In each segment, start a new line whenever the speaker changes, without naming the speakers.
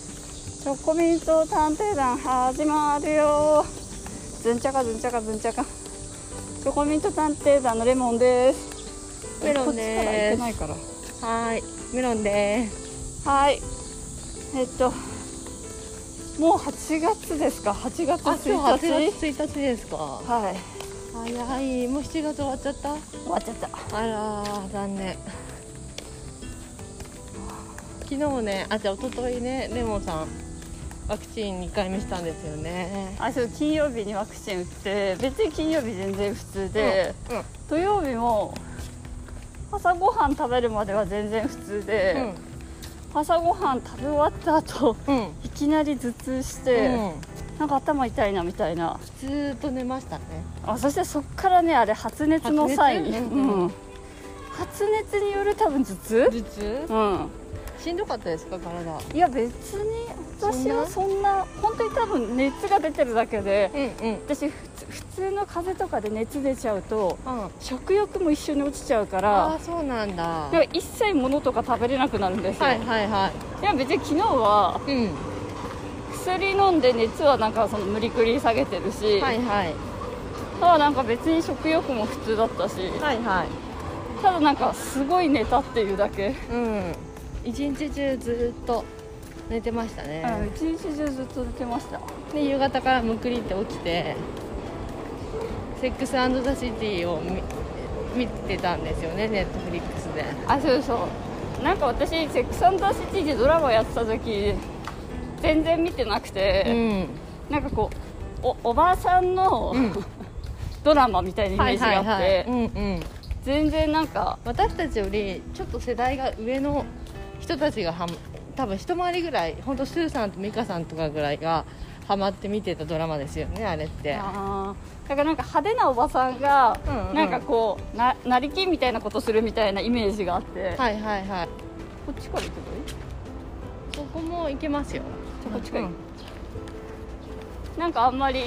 チョコミント探偵団始まるよずんちゃかずんちゃかずんちゃかチョコミント探偵団のレモンです
メロンです
こっちから行けないから
はーい、メロンです。
はいえっともう8月ですか8月
あ、今日
1日
8月1日ですか。
はい
早い、もう7月終わっちゃった。
終わっちゃった
あらー、残念。昨日ね、あ、じゃあ一昨日ね、レモンさん。ワクチン2回目したんですよね。
あそう金曜日にワクチン打って別に金曜日全然普通で、
うん、
土曜日も朝ごはん食べるまでは全然普通で、朝ごはん食べ終わった後
うん、うん、
いきなり頭痛し
で、
て、なんか頭痛いなみたいな
ずーっと寝ましたね。
あそしてそっからねあれ発熱の際に
発熱
う
うん
ん発熱による多分頭痛
頭痛
う、ん
しんどかったですか、体。う
いや別に私はそんな本当に多分熱が出てるだけで
ん、うん、
私普通普通の風邪とかで熱出ちゃうと
あ
食欲も一緒に落ちちゃうか
あ
ら
ー、そうなんだ。
では
は
一切物とか食べれなくなるんですよ、
い、はい、はい。
や別に昨日はい
うん、
薬飲んで熱はなんかその無理くり下げてるし、
はい、はい。
ただなんか別に食欲も普通だったし
はい、はい。
ただなんかすごい寝たっていうだけ、
うん一日中ずっと寝てました
うん
ね、
一日中ずっと寝てました
で夕方からむくりって起きて「セックスザ・シティ」を見見てたんですよねネットフリックスで
あそうそうなんか私「セックスアンダーシティ」でドラマやってた時全然見てなくて、
ん
なんかこうおおばあさんの、
うん
ドラマみたいなイメージがあって、
うんうん、
全然なんか
私たちよりちょっと世代が上の人たちがは多分一回りぐらい本当スーさんと美香さんとかぐらいがハマって見てたドラマですよねあれって
あーだからなんか派手なおばさんが、
うんうん
なんかこうな成金みたいなことするみたいなイメージがあって、
はいはいはい
こっちから行けばいい
ここも行けますよ
じゃあこっちから
う
行
ん
く、なんかあんまり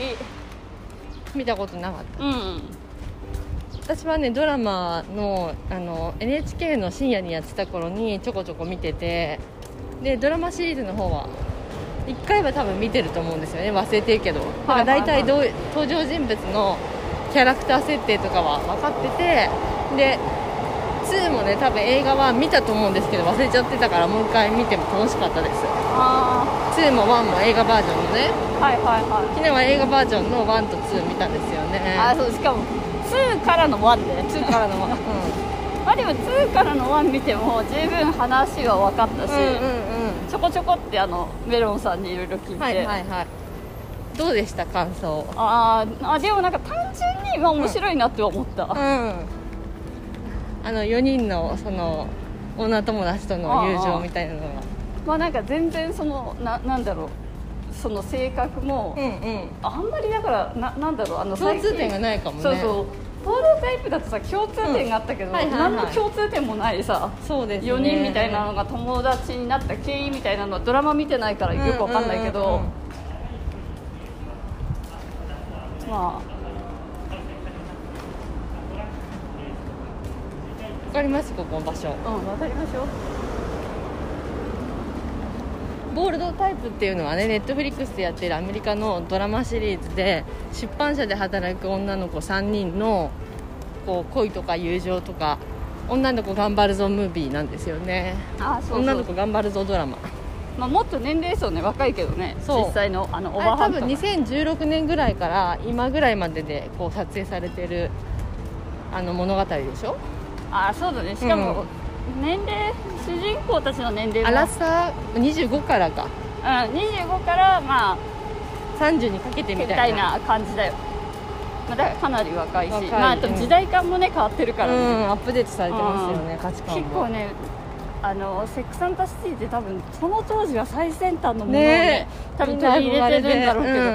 見たことなかった
うん
私はねドラマのあの NHK の深夜にやってた頃にちょこちょこ見ててでドラマシリーズの方は1回は多分見てると思うんですよね忘れてるけど、
はいはい
だから大体どう登場人物のキャラクター設定とかは分かっててで2もね多分映画は見たと思うんですけど忘れちゃってたからもう1回見ても楽しかったです
あ
2も1も映画バージョンのね
あはいはいは
昨日は映画バージョンの1と2見たんですよね
いあーそうしかも2からの1で、
2からの1、うん
まあ、でも2からの1見ても十分話は分かったし、
うんうん
ちょこちょこってあのメロンさんにいろいろ聞いて、
はいはいはいどうでした感想
あーあでもなんか単純にまあ面白いなっては思った、
うんあの4人のその女友達との友情みたいなのが
まあなんか全然そのななんだろうその性格も、
うんうん
あんまりだからななんだろうあの
共通点がないかもね
そうそうポールタイプだとさ共通点があったけど、
うんはいはいはい
何の共通点もないさ
そうです、ね、
4人みたいなのが友達になった経緯みたいなのはドラマ見てないからよくわかんないけど、
うんうんうん
ま
うんわかりますここの場所
あうん渡りましょう
ボールドタイプっていうのはねネットフリックスでやってるアメリカのドラマシリーズで出版社で働く女の子3人のこう恋とか友情とか女の子頑張るぞムービーなんですよね
あそうそう
女の子頑張るぞドラマ
まあ、もっと年齢層ね若いけどね
そう
実際のあのお
あ
ばは
れ多
んと
分
か
2016年ぐらいから今ぐらいまででこう撮影されてるあの物語でしょ
あそうだねしかも、年齢主人公たちの年齢
ア
も
ラサー25からか
うん、25からまあ
30にかけてみ
み
た
た
い
い
な
な感じだよ、まあ、だからかなり若いし
若い
まあ、あと
うん
時代感もね変わってるから、
う
ね
んアップデートされてますよね、価値観も
結構ねあのセックスアンタシティって多分その当時は最先端のものをね
ね
多分取り入れてるんだろうけど、
みな憧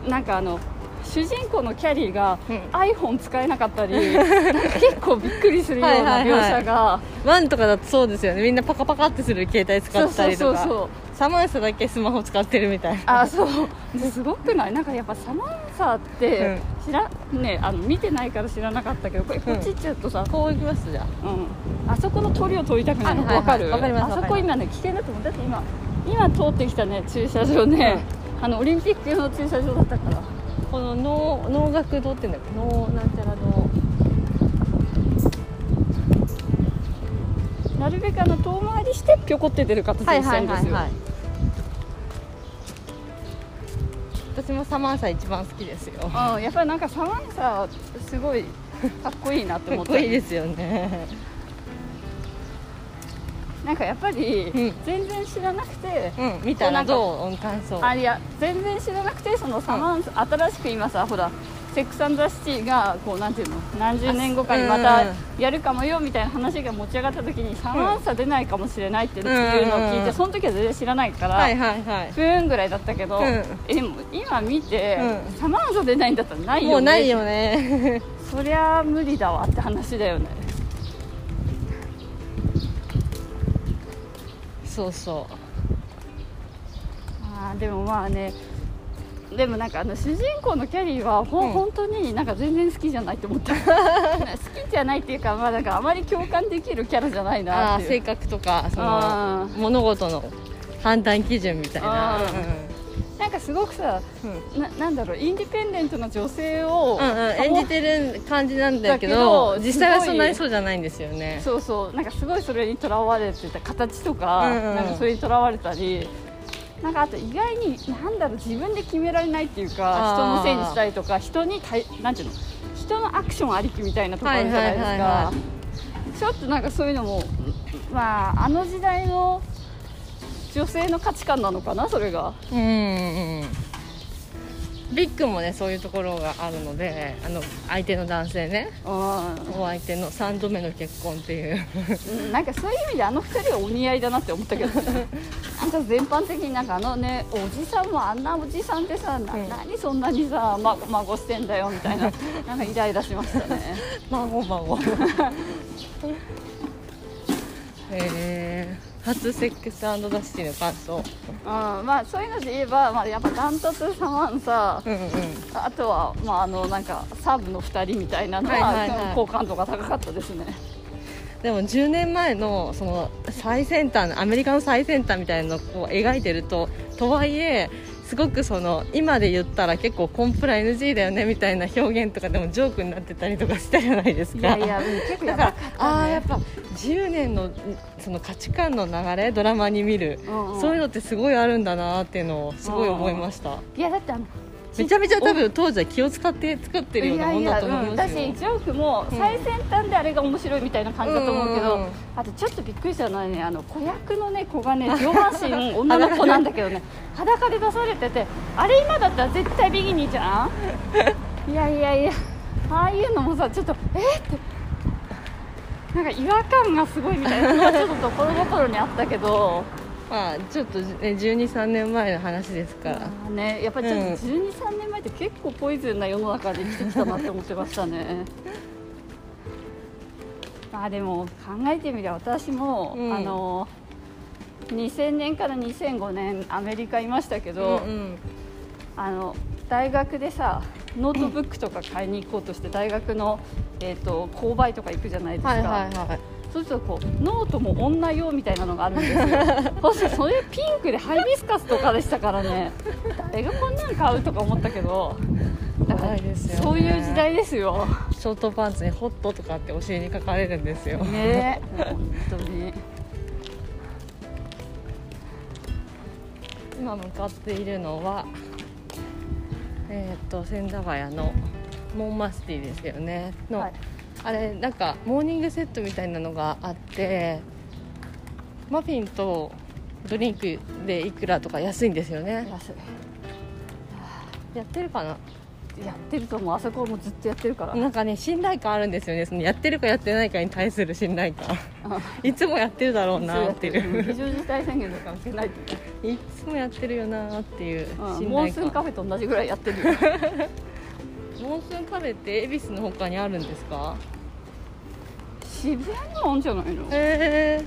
れて
なんかあの主人公のキャリーが
うん
iPhone 使えなかったりなんか結構びっくりするような
はいは
描
いはい
写が
ワンとかだとそうですよねみんなパカパカってする携帯使
そう
ってた
そう
り
そ
と
う
か
そう
サマンサだけスマホ使ってるみたいな
あそうですごくないなんかやっぱサマンサって知ら、ね、あの見てないから知らなかったけどこれポチっちゃうとさ、
こう行きますじゃあ
うん、あそこの鳥を撮りたくないの
はい
分か
はい
る
わかります
あそ
わ
こ
かり
今ね危険だと思うだって今今通ってきたね駐車場ね、あのオリンピックの駐車場だったから
この能能楽堂って言うんだっけ能なんちゃら堂
なるべくあの遠回りしてぴょこって出る形にしたいんですよ、
い私もサマンサ一番好きですよか
うん、やっぱりなんかサマンサすごいかっこいいなって思
っ
った
こいいですよね
なんかやっぱり
うん
全然知らなくて、
うん見た
な
ら
んか
どう音感想
あいや全然知らなくてそのサマンサ、新しく今さほらセックスザ・シティがこうなんていうの何十年後かにま
あ
た
うんうん
やるかもよみたいな話が持ち上がった時にサマンサ出ないかもしれないっていうのを
うん
聞
う
い
んう
て
ん
その時は全然知らないから、
はいはいはい
プーンぐらいだったけど、
うん
えでも今見て、
うん
サマンサ出ないんだったらないよね
もうないよね
そりゃ無理だわって話だよね
そうそ
あーでもまあねでもなんかあの主人公のキャリーはほ、
うん
本当になんか全然好きじゃないって思った 好きじゃないっていうか,、まあ、なんかあまり共感できるキャラじゃないうなっ
ああ
てい
性
う
格とかそ
あ
の
ー
物事の判断基準みたいな
あーなんかすごくさ
うんう
な
ん
なんだろうインディペンデントな女性を、
うんうん演じてる感じなんだけ
だけ
ど
ど
実際
す
は
ごい
そんなにそうじゃないんですよね
そうそうなんかすごいそれにとらわれてた形とか,、
うんうん
なんかそれにとらわれたりなんかあと意外になんだろう自分で決められないっていうか
あ
人
ー
のせいにしたりとか人にたいなんていうの人のアクションありきみたいなところあるじゃないですか、
はいはいはいは
ちょっとなんかそういうのもまああの時代の女性の価値観なのかなそれが
うんうんうんビッグもねそういうところがあるのであの相手の男性ね
う
お相手の3度目の結婚っていう
んなんかそういう意味であの二人はお似合いだなって思ったけ どねなんか全般的になんかあのねおじさんもあんなおじさんってさ、な
うん
何そんなにさま孫してんだよみたい ななんかイライラしましたね
孫 孫えー、初セックスザ・シティの感想
うんまあそういうので言えば、まあ、やっぱダントツサマンさ
うんうん
あとは、まあ、あのなんかサブの二人みたいなのは,、
はいはいはい
好感度が高かったですね
でも10年前のその最先端のアメリカの最先端みたいなのをこう描いてるととはいえすごくその今で言ったら結構コンプラ NG だよねみたいな表現とかでもジョークになってたりとかしたじゃないですか。
いやいやうん結構
だ
や
か
ばか
ら
ったね
あーやっぱ10年のその価値観の流れドラマに見る、
うんうん
そういうのってすごいあるんだなっていうのをすごい思いました、
いやだってあの
めちゃめちゃ多分当時は気を使って作ってるようなもんだと思いますよ
うんだしジョークも最先端であれが面白いみたいな感じだと思うけど、
うんうんうん
あとちょっとびっくりしたのはねあの子役のね子が ね上半身女の子なんだけどね裸で出されててあれ今だったら絶対ビギニーじゃんいやいやいやああいうのもさちょっとえっってなんか違和感がすごいみたいなのがちょっとところどころにあったけど。
まあちょっとね123年前の話ですから、
あーね、やっぱりちょっと1 2 3年前って結構ポイズンな世の中で生きてきたなって思ってましたねまあでも考えてみりゃ私も、
うん
あの2000年から2005年アメリカいましたけど、
うんうん
あの大学でさノートブックとか買いに行こうとして大学の、えー、と購買とか行くじゃないですか、
はいはいはい
そうするとこうノートも女用みたいなのがあるん ですよそうするとそれピンクでハイビスカスとかでしたからね誰がこんなん買うとか思ったけどだから
怖いですよね
そういう時代ですよ
ショートパンツにホットとかってお尻に書かれるんですよ、
ねえ本当に
今向かっているのはえーっと千駄ヶ谷のモンマスティですよねの、
はい
あれなんかモーニングセットみたいなのがあってマフィンとドリンクでいくらとか安いんですよね
安
やってるかない
やってると思うあそこもずっとやってるから、
なんかね信頼感あるんですよねそのやってるかやってないかに対する信頼感いつもやってるだろうなっていう
うん非常事態宣言とか受けないって、
いつもやってるよなっていう
うん
信
モン
頼
スーン
感
カフェと同じぐらいやってるよ
モンスーンカフェって恵比寿の他にあるんですか
渋谷にもあるんじゃないの
へえ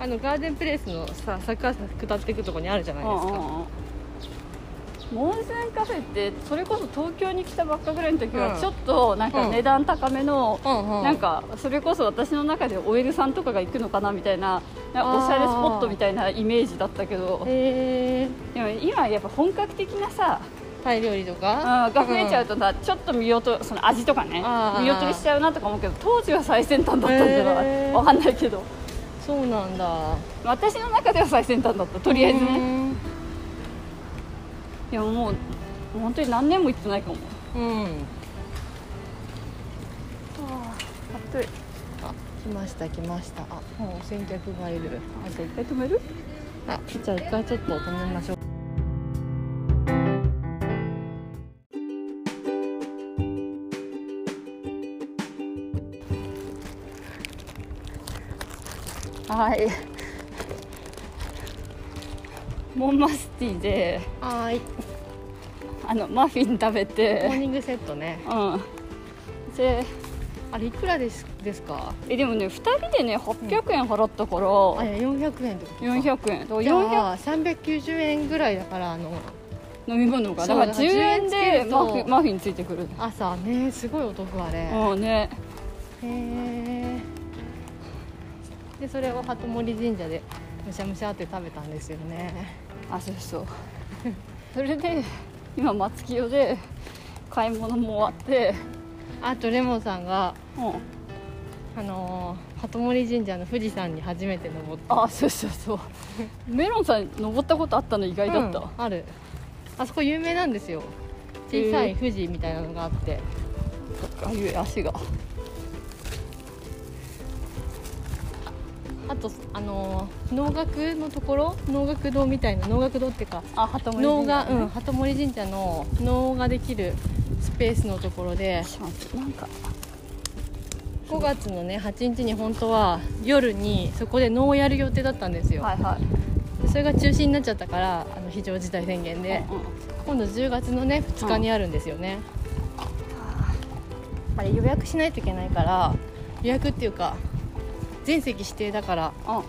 あのガーデンプレイスのさ坂下っていくとこにあるじゃないですか
ああモンスーンカフェってそれこそ東京に来たばっかぐらいの時
う
は
ん
ちょっとなん
う
か
ん
値段高めの、
うんうん
なんかそれこそ私の中で OL さんとかが行くのかなみたいななんかおしゃれスポットみたいなイメージだったけど
へえ
でも今やっぱ本格的なさ
タイ料理とか
うん学園ちゃうとさちょっと見劣りその味とかね
あー
見劣りしちゃうなとか思うけど当時は最先端だったんじゃない、
へー
わかんないけど
そうなんだ
私の中では最先端だったと
と
りあえずねいやもう本当に何年も行ってないかも
うんうん
ああ暑い
あ来ました来ましたあもう先客がいる
あじゃあ一回止める
あじゃあ一回ちょっと止めましょう
はいモンマスティで
はい
あのマフィン食べ
モー
て
ニングセットね
うんで
あれいくらですですか
えでもね2人でね800円払ったから、
あいや400円ってことか
400円だから
じ
400
ゃあ390円ぐらいだからあの
飲み物が
そ
だ
う
から10円
だから10
で
円つけると
マフィンマフィンついてくる
朝ねすごいお得あれへ
もうね
えでそれを鳩森神社でむしゃむしゃって食べたんですよね
あそうそうそれで今松清で買い物も終わって
あとレモンさんが
うん
あのー鳩森神社の富士山に初めて登った
あそうそうそうメロンさん登ったことあったの意外だった、
うんあるあそこ有名なんですよ小さい富士みたいなのがあって、
ああいう足が
あとあのー能楽のところ能楽堂みたいな能楽堂っていうか
あ鳩森
能が、うん、鳩森神社の能ができるスペースのところで
うんなんか
5月のね8日に本当は夜にそこで能をやる予定だったんですよ、
はいはい
それが中止になっちゃったからあの非常事態宣言で、
うんうん
今度10月のね2日にあるんですよね、あれ予約しないといけないから予約っていうか全席指定だから
うんうん
3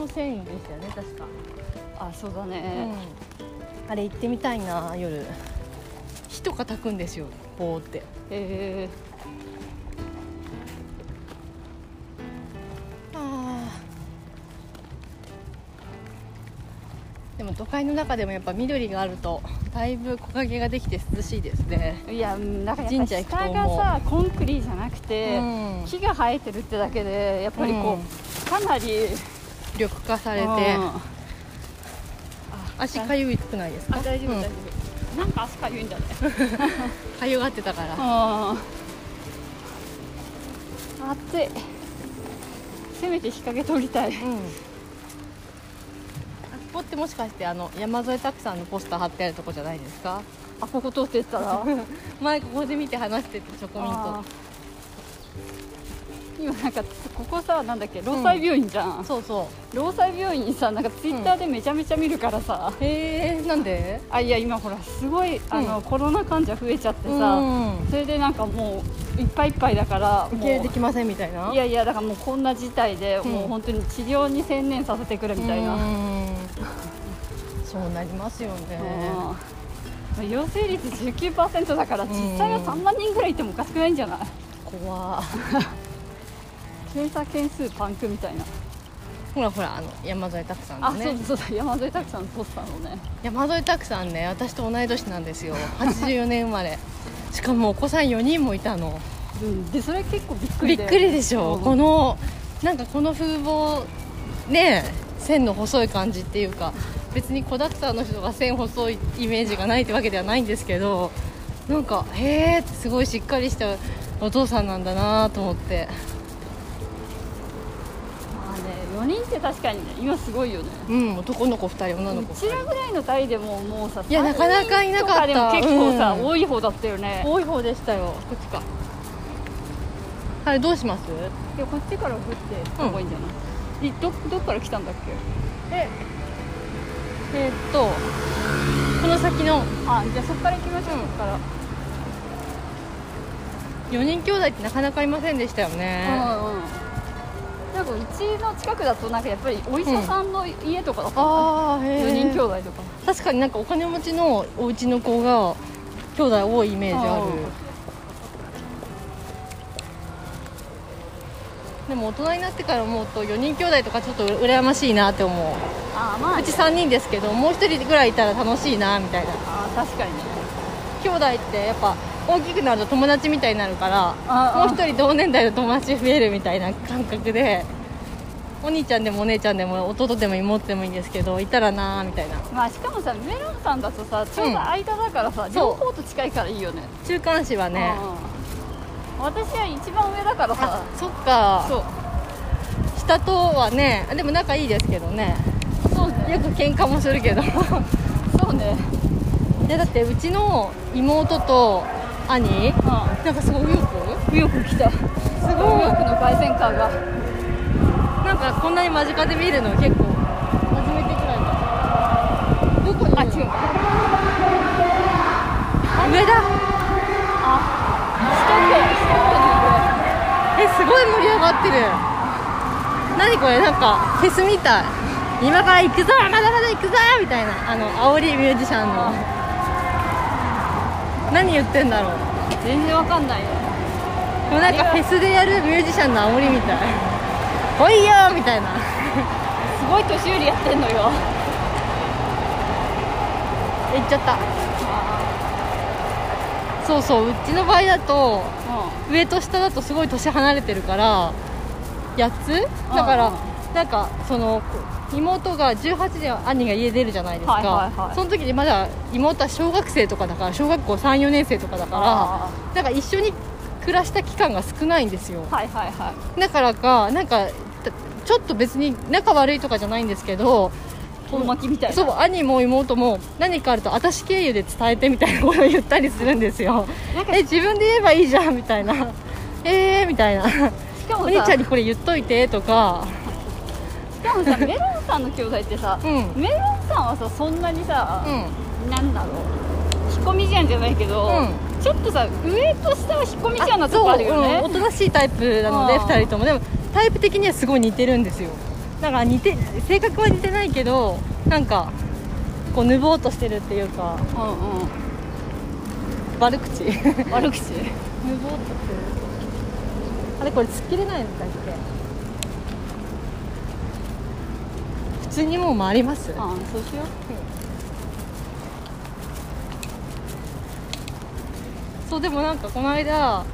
4 0 0円でしたよね確か、
あそうだね、
あれ行ってみたいな夜火とか炊くんですよこうって
え
でも都会の中でもやっぱ緑があるとだいぶ木陰ができて涼しいですね、
ー、いやうんなんかやっ
神
ぱ
社行くと
下
思う
がさコンクリじゃなくて、
うん
木が生えてるってだけでやっぱりこう、
うん
かなり
緑化されて、
うん
足かゆくないですか
あ大丈夫
うん
大丈夫、なんか足かゆいんじゃない
かゆがってたから、
あー暑いせめて日陰通りたい
うん、あここってもしかしてあの山添拓さんのポスター貼ってあるとこじゃないですか
あここ通ってったら
前ここで見て話しててチョコミン
あ
ト
ー今なんかここさなんだっけ労災病院じゃん、
そうそ
労災病院さなんかツイッターでめちゃめちゃ見るからさ、
うへえなんで
あいや今ほらすごいあの、
うん
コロナ患者増えちゃって
う
さ、
ん
それでなんかもういっぱいいっぱいだから
受け入れ
も
て
う
きませんみたいない
やいやだからもうこんな事態で、
ん
もう本当に治療に専念させてくれみたいな、
うんそうなりますよね
うん陽性率19%だから実際は3万人ぐらいいてもおかしくないんじゃない
怖
検査件数パンクみたいな、
ほらほらあの山添拓さん
あ
の
そう
ね
だそうだ山添拓さんのポスターのね
山添拓さんね私と同い年なんですよ84年生まれしかもお子さん4人もいたの
うんでそれ結構びっく
び
り
っ
で
くりでしょ、
うん
このなんかこの風貌ねえ線の細い感じっていうか別に子だくさんの人が線細いイメージがないってわけではないんですけどなんかへえってすごいしっかりしたお父さんなんだなと思って
まあね4人って確かにね今すごいよね
うん男の子2人女の子
うちらぐらいの代でももうさ
いやなかなかいなか
3
った
人とかでも結構さ、
うん
多い方だったよね
多い方でしたよこっちかあれどうします
いやこっちから降ってすごいいんじゃない、いどどっから来たんだっけ
ええーっとこの先の
あじゃあそっから行きましょう、そっから
4人兄弟ってなかなかいませんでしたよね
うんうんなんかうちの近くだとなんかやっぱりお医者さんの家とかだった、
ああへ
4
え
人兄弟とか
確かになんかお金持ちのお家の子が兄弟多いイメージある
うん
でも大人になってから思うと4人兄弟とかちょっと羨ましいなって思う
ああまあ
うち3人ですけどもう1人ぐらいいたら楽しいなみたいな
あー確かにね
兄弟ってやっぱ大きくなると友達みたいになるから
あ
もう1人同年代の友達増えるみたいな感覚でお兄ちゃんでもお姉ちゃんでも弟でも妹でもいいんですけどいたらなーみたいな
まあしかもさメロンさんだとさちょうど間だからさ、両方と近いからいいよね
中間子はね
うん私は一番上だからさ
あそっか
そう
下とはねでも仲いいですけどね
そう
よ
ね
く喧嘩もするけど い
そうね
やだってうちの妹と兄
う
なんかすごい右翼
ん右翼来たすごい右翼の凱旋カーが
なんかこんなに間近で見るの結構初めてくらいだどこに
あ
い
違
るの
う
上だ
あ
えすごい盛り上がってる何これなんかフェスみたい今から行くぞまだまだ行くぞみたいなあの煽りミュージシャンの何言ってんだろう
四人上全然わかんないよ
もうなんかフェスでやるミュージシャンの煽りみたい「来いよ!」みたいな
すごい年寄りやってんのよ
言っちゃったそうそううちの場合だと上と下だとすごい年離れてるから8つ
うん
だか
う
ら
ん
なんかその妹が18で兄が家出るじゃないですか、
はいはいはい
その時にまだ妹は小学生とかだから小学校34年生とかだか
あ
らなんか一緒に暮らした期間が少ないんですよ
あはいはいはい
だからかなんかたちょっと別に仲悪いとかじゃないんですけど
遠巻きみたいな
そう兄も妹も何かあると私経由で伝えてみたいなことを言ったりするんですよ
なんか
え自分で言えばいいじゃんみたいなえーみたいな
しか
お
も
兄
さ
ちゃんにこれ言っといてとか
しかもさメロンさんの兄弟ってさ、
うんうん
メロンさんはさそんなにさ、なんだろう引っ込み思案じゃないけど、
う
ちょっとさ上と下は引っ込み思案な
あ
とこあるよ
そううんお
ね
となしいタイプなので
あー
2人ともでもタイプ的にはすごい似てるんですよだから似て性格は似てないけどなんかこうぬぼーっとしてるっていうか
うんうん
悪口ぬ
悪口
ぼーっとしてるあれこれ突っ切れないのかっけ普通にもう回ります
ああそうしよ
そうでもなんかこの間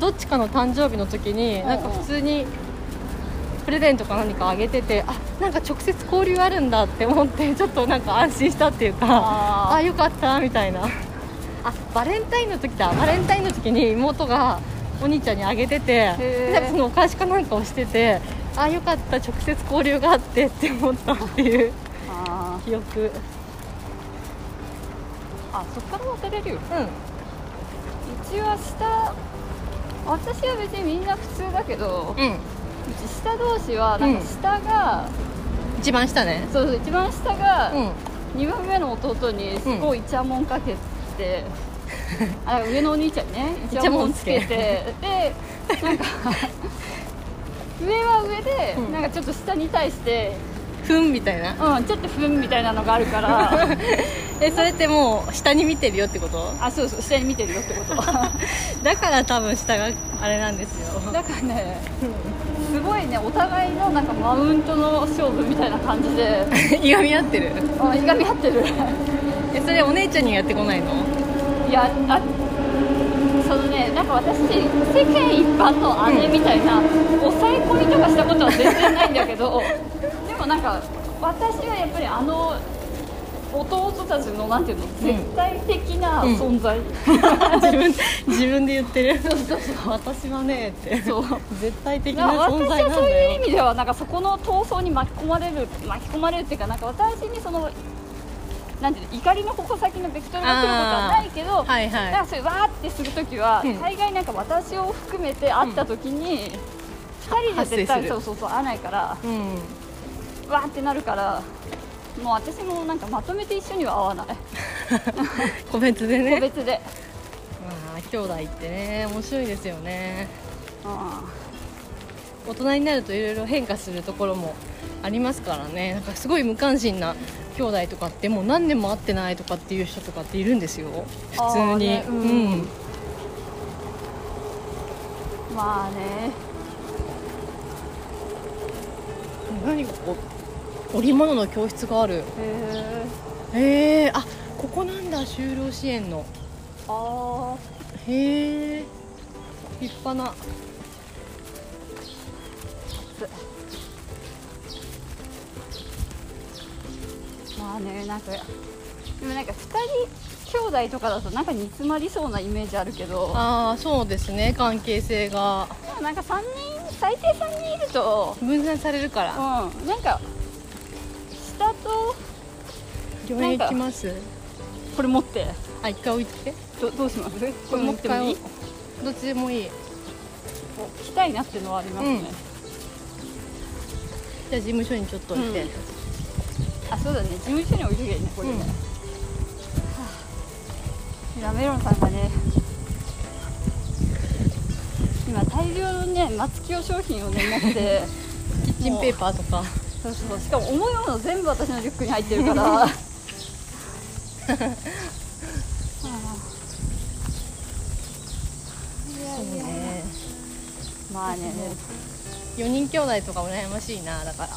どっちかの誕生日の時に
うん
なんか普通にプレゼントか何かあげててあなんか直接交流あるんだって思って ちょっとなんか安心したっていうか
あー
あよかったみたいなあバレンタインの時だバレンタインの時に妹がお兄ちゃんにあげてて
へー
なんかそのお返しかなんかをしててあよかった直接交流があってって思ったっていう
うあ
記憶
ああそっから渡れるよ
うん
うちは下私は別にみんな普通だけど、
うん
うち下同士はなんか下が、
一番下ね
そうそう一番下が
うん
2番目の弟にすごいイチャモンかけて、あ上のお兄ちゃんにね イチャモンつけて
イ
で
チ
なん か上は上で、
うん
なんかちょっと下に対して、
ふんみたいな
うん、ちょっと不んみたいなのがあるから
えそれってもう下に見てるよってこと
あそうそう下に見てるよって ことだか
だから多分下があれなんですよ
らねすごいねお互いのなんかマウントの勝負みたいな感じで
いがみ合ってる
うんいがみ合ってる
えそれお姉ちゃんにやってこない の
いやあそのねなんか私世間一般の姉みたいな、抑え込みとかしたことは全然ないんだけど でもなんか私はやっぱりあの弟たちのなんていうの絶対的な
うん
存在、
自分自分で言ってる
そうそうそう
私はねって
そう
絶対 的
だか
な
ら
存
私
在
は
なん
そう
だ
い
よ
う意味ではなんかそこの闘争に巻き込まれる巻き込まれるっていうかなんか私にそのなんていうの怒りの矛先のベクトルが来ることはないけど、
はいは
だ
い
からそういうわーってするときは、
うん
大概なんか私を含めて会ったときに、二人じゃ絶
発生す
対
る
そうそうそう会わないからわ
うん
ーってなるからもう私もなんかまとめて一緒には会わない
個別で
個
ね
別で
まあ兄弟ってね面白いですよね
あ
大人になるといろいろ変化するところもありますからねなんかすごい無関心な兄弟とかってもう何年も会ってないとかっていう人とかっているんですよ普
あー
通に、
ねうん
うん
ーまあね
何ここ織物の教室がある
へえ
へえあここなんだ就労支援の
あ
へえ立派な
ーまあねなんかでもなんか2人兄弟とかだとなんか煮詰まりそうなイメージあるけど
ああそうですね関係性が
でもなんか3人最低3人いると
分散されるか
う
ら
んなんか下と
病院行きます
これ持って
あ一回置いてきて
どどうしますこれ持ってもいい
うん一回どっちでもいい
着たいなってのはありますね、
じゃあ事務所にちょっと行って、
うんあそうだね事務所に置いときゃいいねこれね、
うん
はあラメロンさんがね今大量のね松清商品をね持って
キッチンペーパーとか
そうそうしかも重いもの全部私のリュックに入ってるからはあ
そうね
まあね
4人兄弟とか羨ましいなだから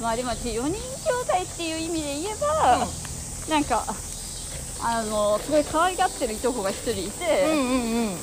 まあでも私4人兄弟っていう意味で言えば、なんかあのすごい可愛がってるいとこが一人いて、
うんうん
で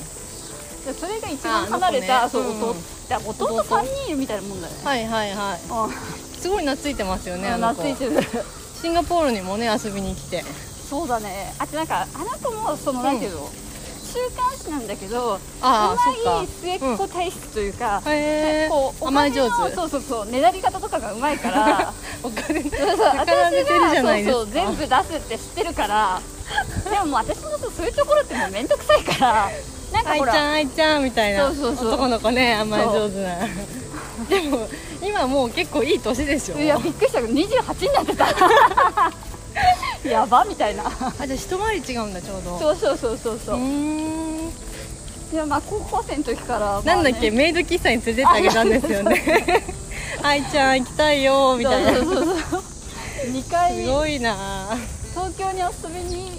それが一番離れた、
あ
そう、
うん
弟だから弟
弟
3人いるみたいなもんだね、
はいはいはい
うん
すごい懐いてますよねあの子
懐いてる
シンガポールにもね遊びに来て
そうだねあとなんかあの子もその
うん
なんていうの、週刊誌なんだけどう
あ
ま
ーそっか
い末っ子体質というか、
へえ
こうお
甘
金
え上
の
手
そうそうそうねだり方とかがうまいから
お金 そう
そうそう私が
出てるじゃないですか
そうそう全部出すって知ってるからでももう私もそうそういうところってもう面倒くさいからなんか
愛
ほ
ちゃ
ら
ん愛ちゃんみたいな
そうそうそう
男の子ね甘え上手な でも今もう結構いい年でしょ
いやびっくりしたけど28になってた やばみたいな
あじゃあ一回り違うんだちょうどう
そうそうそうそうそう
ーん
いやまあ高校生の時から、ま
な
あ
ん
ね
だっけメイド喫茶に連れてってあげたんですよね 愛ちゃん行きたいよみたいな
そうそうそうそう2回
すごいなあ
東京に遊びに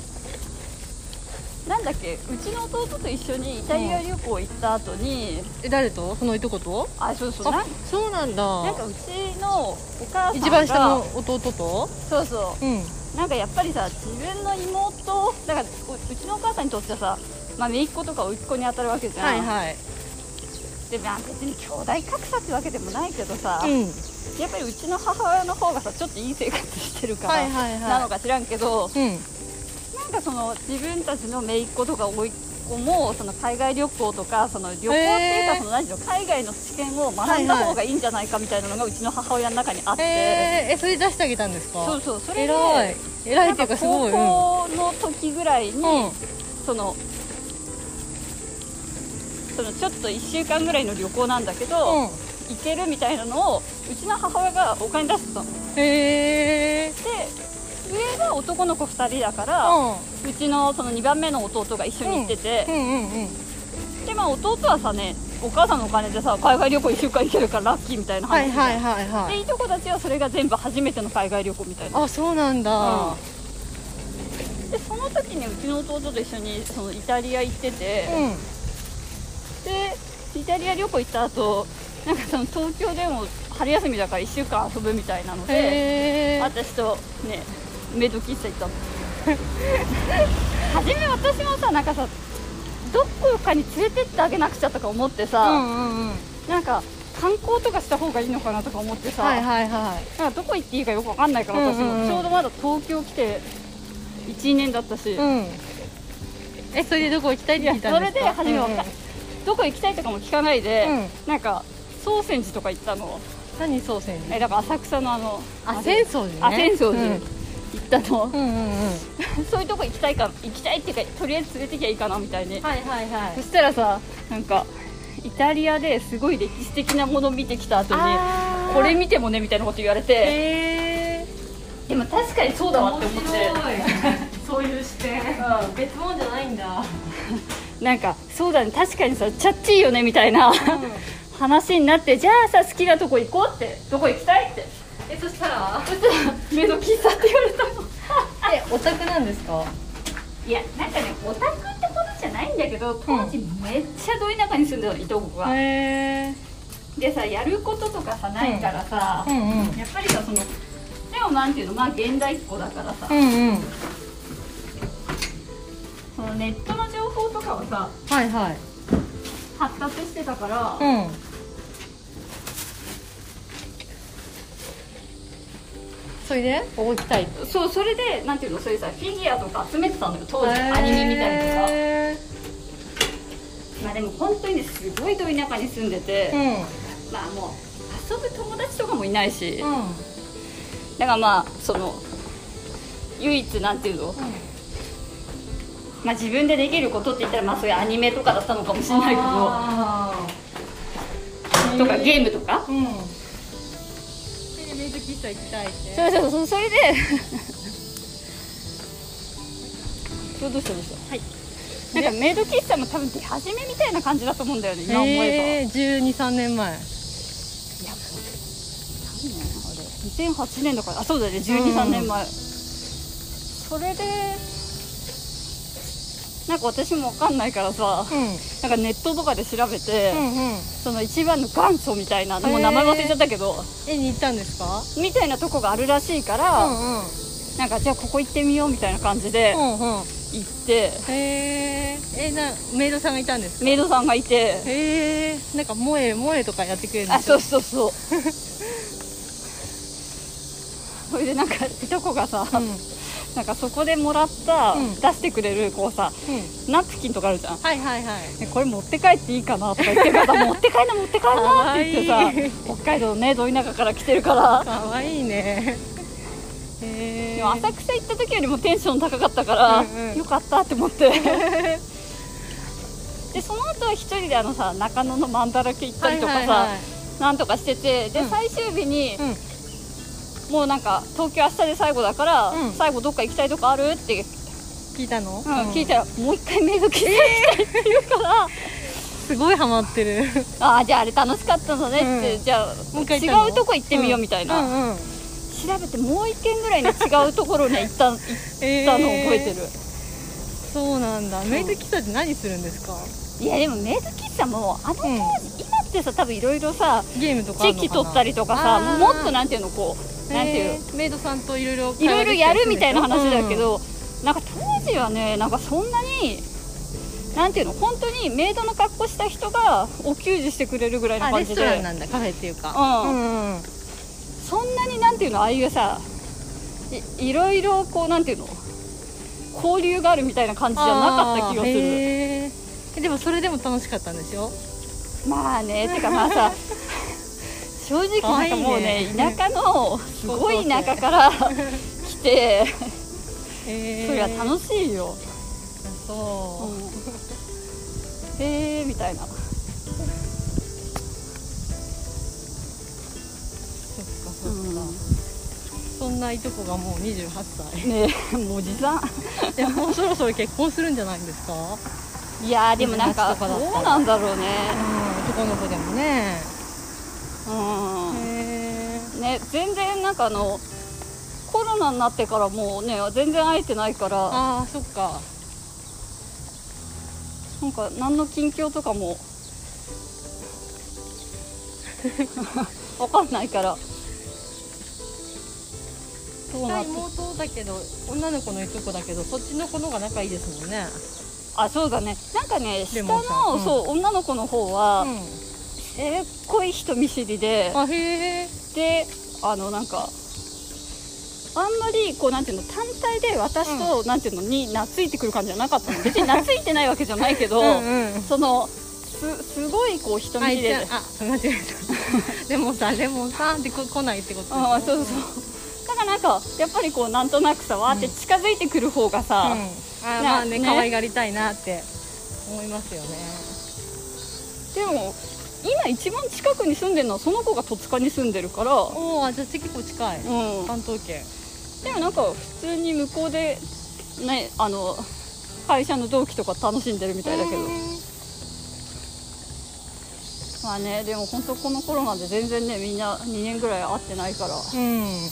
なんだっけうちの弟と一緒にイタリア旅行行った後に、
え誰とそのいとこと
あそうそうな
あ
ん
そうなん
なんか
だ
うちのお母さんが
一番下の弟と
そうそ
うん
うなんかやっぱりさ自分の妹だからううちのお母さんにとってはさまあ、姪っ子とか甥っ子に当たるわけじゃん、
はいはい
でまあ別に兄弟格差ってわけでもないけどさ、
うん
やっぱりうちの母親の方がさちょっといい生活してるから、
はいはいはい
なのか知らんけど
うん
なんかその自分たちの姪っ子とか甥っ子もその海外旅行とかその旅行っていう
へ
か
ー
その何でしょう海外の試験を
は
学
い
ん
は
だ
い
方がいいんじゃないかみたいなのがうちの母親の中にあって、
えー、えそれ出してあげたんですか
そうそうそれで
偉い偉い
な
っ
ん
てい
か
うかすごいうん
高校の時ぐらいに、
うん
そのそのちょっと1週間ぐらいの旅行なんだけど、
うん
行けるみたいなのをうちの母親がお金出してたの。
へえ
で上が男の子2人だから、う
う
ちのその2番目の弟が一緒に行ってて
ん、うんうんうん
でまあ弟はさねお母さんのお金でさ海外旅行1週間行けるからラッキーみたいな
は
話
い
じゃん
はいはいは
で
い
いとこたちはそれが全部初めての海外旅行みたいな
あそうなんだ
うんでその時にうちの弟と一緒にそのイタリア行ってて、
うん
でイタリア旅行行った後なんかその東京でも春休みだから1週間遊ぶみたいなので
へえ
私とねメイド喫茶行ったの 初め私もさなんかさどこかに連れてってあげなくちゃとか思って
う
さ、
んうんうん
なんか観光とかした方がいいのかなとか思ってさ、
はいはいはい
なんかどこ行っていいかよくわかんないから私も、
うんうんうん
ちょうどまだ東京来て12年だったし、
うん。え、それでどこ行きたいって聞いたんですか。
いやそれで初め分かっどこ行きたいとかも聞かないで、
うん
なんか総泉寺とか行ったの
うんうん何そうせん
えだから浅草のあの
あ、
れ
浅草寺ね。
あ浅草寺、
うん
行ったの、
うんうんうん。
そういうとこ行きたいか行きたいっていうかとりあえず連れてきゃいいかなみたいに、
はいはいは
そ。したらさなんかイタリアですごい歴史的なもの見てきた後に
あー
これ見てもねみたいなこと言われて
へえ。
でも確かにそうだわって思って
い。そういう視点。別物じゃないんだ。
なんかそうだね確かにさチャッチいよねみたいな、話になってじゃあさ好きなとこ行こうってどこ行きたいって
えそしたら
そしたら目の喫茶って言われたの
えオタクなんですか
いやなんかねオタクってことじゃないんだけど当時めっちゃど田舎に住んでたのいとこが、
へえ
でさやることとかさないからさ、
んうん
やっぱりさそのでもなんていうのまあ現代っ子だからさ、
うんうん
そのネットの情報とかはさ
はいはい
発達してたから、
うんそれでここ行きたい
そうそれでなんていうのそういうさフィギュアとか集めてたのよ当時アニメみたいなさ
へ
まあでも本当にねすごいど田舎に住んでて、
ー
まあもう遊ぶ友達とかもいないし、
うんうん
だからまあその唯一なんていうの、まあ、自分でできることって言ったらまあそういうアニメとかだったのかもしれないけど
あー
とかゲームとか
うんでメイド喫茶行きたいって
そうそうそうそれでどうしたどうしたはいなんかメイド喫茶も多分出始めみたいな感じだと思うんだよね今思えば
え1 2 3年前
いやもう何年あれ2008年だからあそうだね1 2 3年前、それでなんか私も分かんないからさ
うん
なんかネットとかで調べて、
うんうん
その一番の元祖みたいなもう名前忘れちゃったけど、
絵に行ったんですか
みたいなとこがあるらしいから、
うん
なんかじゃあここ行ってみようみたいな感じで
うんうん
行って、
へええなメイドさんがいたんですか
メイドさんがいて、
へえなんか萌え萌えとかやってくれるんで
あ
すか
そうそうそうそれでなんかいとこがさ、
うん、うん、
なんかそこでもらった、
うん
出してくれるこうさナプキンとかあるじゃん
はいはいはい
でこれ持って帰っていいかなとか言ってから 持って帰んな持って帰んなって言ってさ北海道ねど田舎から来てるから
かわいいねへ
で
え
も浅草行った時よりもテンション高かったから、
うんうん
よかったって思ってでその後は一人であのさ中野の万だらけ行ったりとかさ、
はい
なんとかしててで、
うん
最終日に、
うん
もうなんか東京明日で最後だから、
うん
最後どっか行きたいとこあるって、
聞いたの、
うん聞いたらもう一回メイド喫茶行きたいって言うから、
すごいハマっ てる
ああじゃああれ楽しかったのねって、
うん
じゃあ
もう一回行ったの
違うとこ行ってみようみたいな、
うんうん
調べてもう一軒ぐらいね違うところに行 った行っ
え
たのを覚えてる、
そうなんだメイド喫茶って何するんですか
いやでもメイド喫茶もあの当時、
うん
今ってさ多分いろいろさ
ゲームとかあ
チ
る
ェ
のかな
キ取ったりとかさ
あー
もっとなんていうのこうなんていう
へーメイドさんといろいろ
い
会
ろ
話
いろ
でき
や
たり
る
すん
み
で
た
しょ
いな話だけ、ど、なんか当時はねなんかそんなになんていうの本当にメイドの格好した人がお給仕してくれるぐら
う
い
ん
の
あ
感
レス
じ
トラン
で
なんだカフェっていうか
うん
うんうん
そんなになんていうのああいうさいいろいろこうなんていうの交流があるみたいな感じじゃなかった気がす
あー
る
へーでもそれでも楽しかったんですよ
まあねてかまあ さ正直なんかもうね
可愛い
田
ね
舎のすごい田舎から来て
へ
そりゃ楽
し
しいよ、
そう、
へえみたいな
そっかそっか、そんないとこがもう28歳
ねえもうじさ
いやもうそろそろ結婚するんじゃないんですか、うん、
んいやーでもなんか
友達と
ど
かだったら
うなんだろうね
男の子でもね
う
へ
んね全然なんかあのコロナになってからもうね全然会えてないから
ああそっか
なんか何の近況とかもわかんないからどうな
下
って
妹だけど女の子のいとこだけどそっちの子の方が仲いいですもんね
あそうだねなんかね下
レモンさん
の、
うん
そう女の子の方
あ、
は、
う
えっこい人見知りで
ん、あへえ
であのなんかあんまりこうなんていうの単体で私と、なんていうのに懐いてくる感じじゃなかったの別に懐いてないわけじゃないけど
うん
そのすすごいこう人見
あ
知り
い
で
ちゃんあ間違えたレモンさんレモンさんってこ来ないってこと
ああそう
う
そうだからなんかやっぱりこうなんとなくさわーって近づいてくる方が
あ、
さ、
うん、あまあね
ね
可愛がりたいなって思いますよね
でも今一番近くに住んでるのはその子が戸塚に住んでるからう
おおじゃあ結構近い、
ん
関東圏
でもなんか普通に向こうでねあの会社の同期とか楽しんでるみたいだけど、まあねでも本当このコロナで全然ねみんな2年ぐらい会ってないから
うん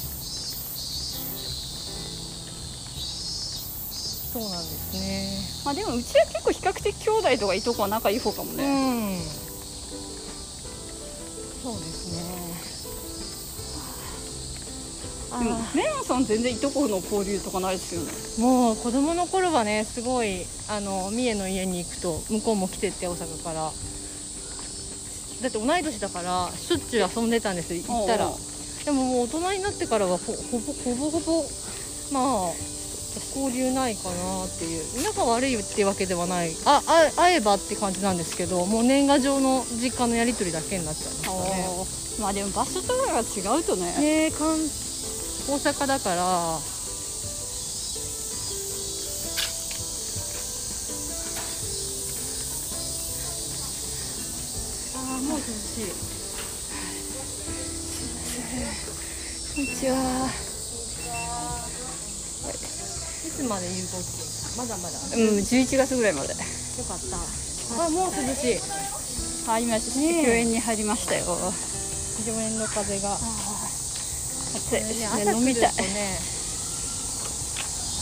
そうなんです
まあでもうちは結構比較的兄弟とかいとこは仲いい方かも
ね
ね、
うんそうですね
でもレオンさん全然いとこの交流とかないですよね
もう子供の頃はねすごいあの三重の家に行くと向こうも来てって大阪からだって同い年だからしょっちゅう遊んでたんです行ったら
おうおう
でももう大人になってからはほほぼほぼほぼまあ交流ないかなっていう仲悪いってわけではないああ会えばって感じなんですけどもう年賀状の実家のやり取りだけになっちゃいましたね
おーまあでも場所とかが違うとね
ねえかん大阪だからああもう涼しいすいませんこんにちはいつまで有効期まだまだ
うん11月ぐらいまで
よかったあもう涼しい
はい今公
ねえ
園に入りましたよ
常連の風が
暑い
ね
です
朝
ね飲みたい
来るとね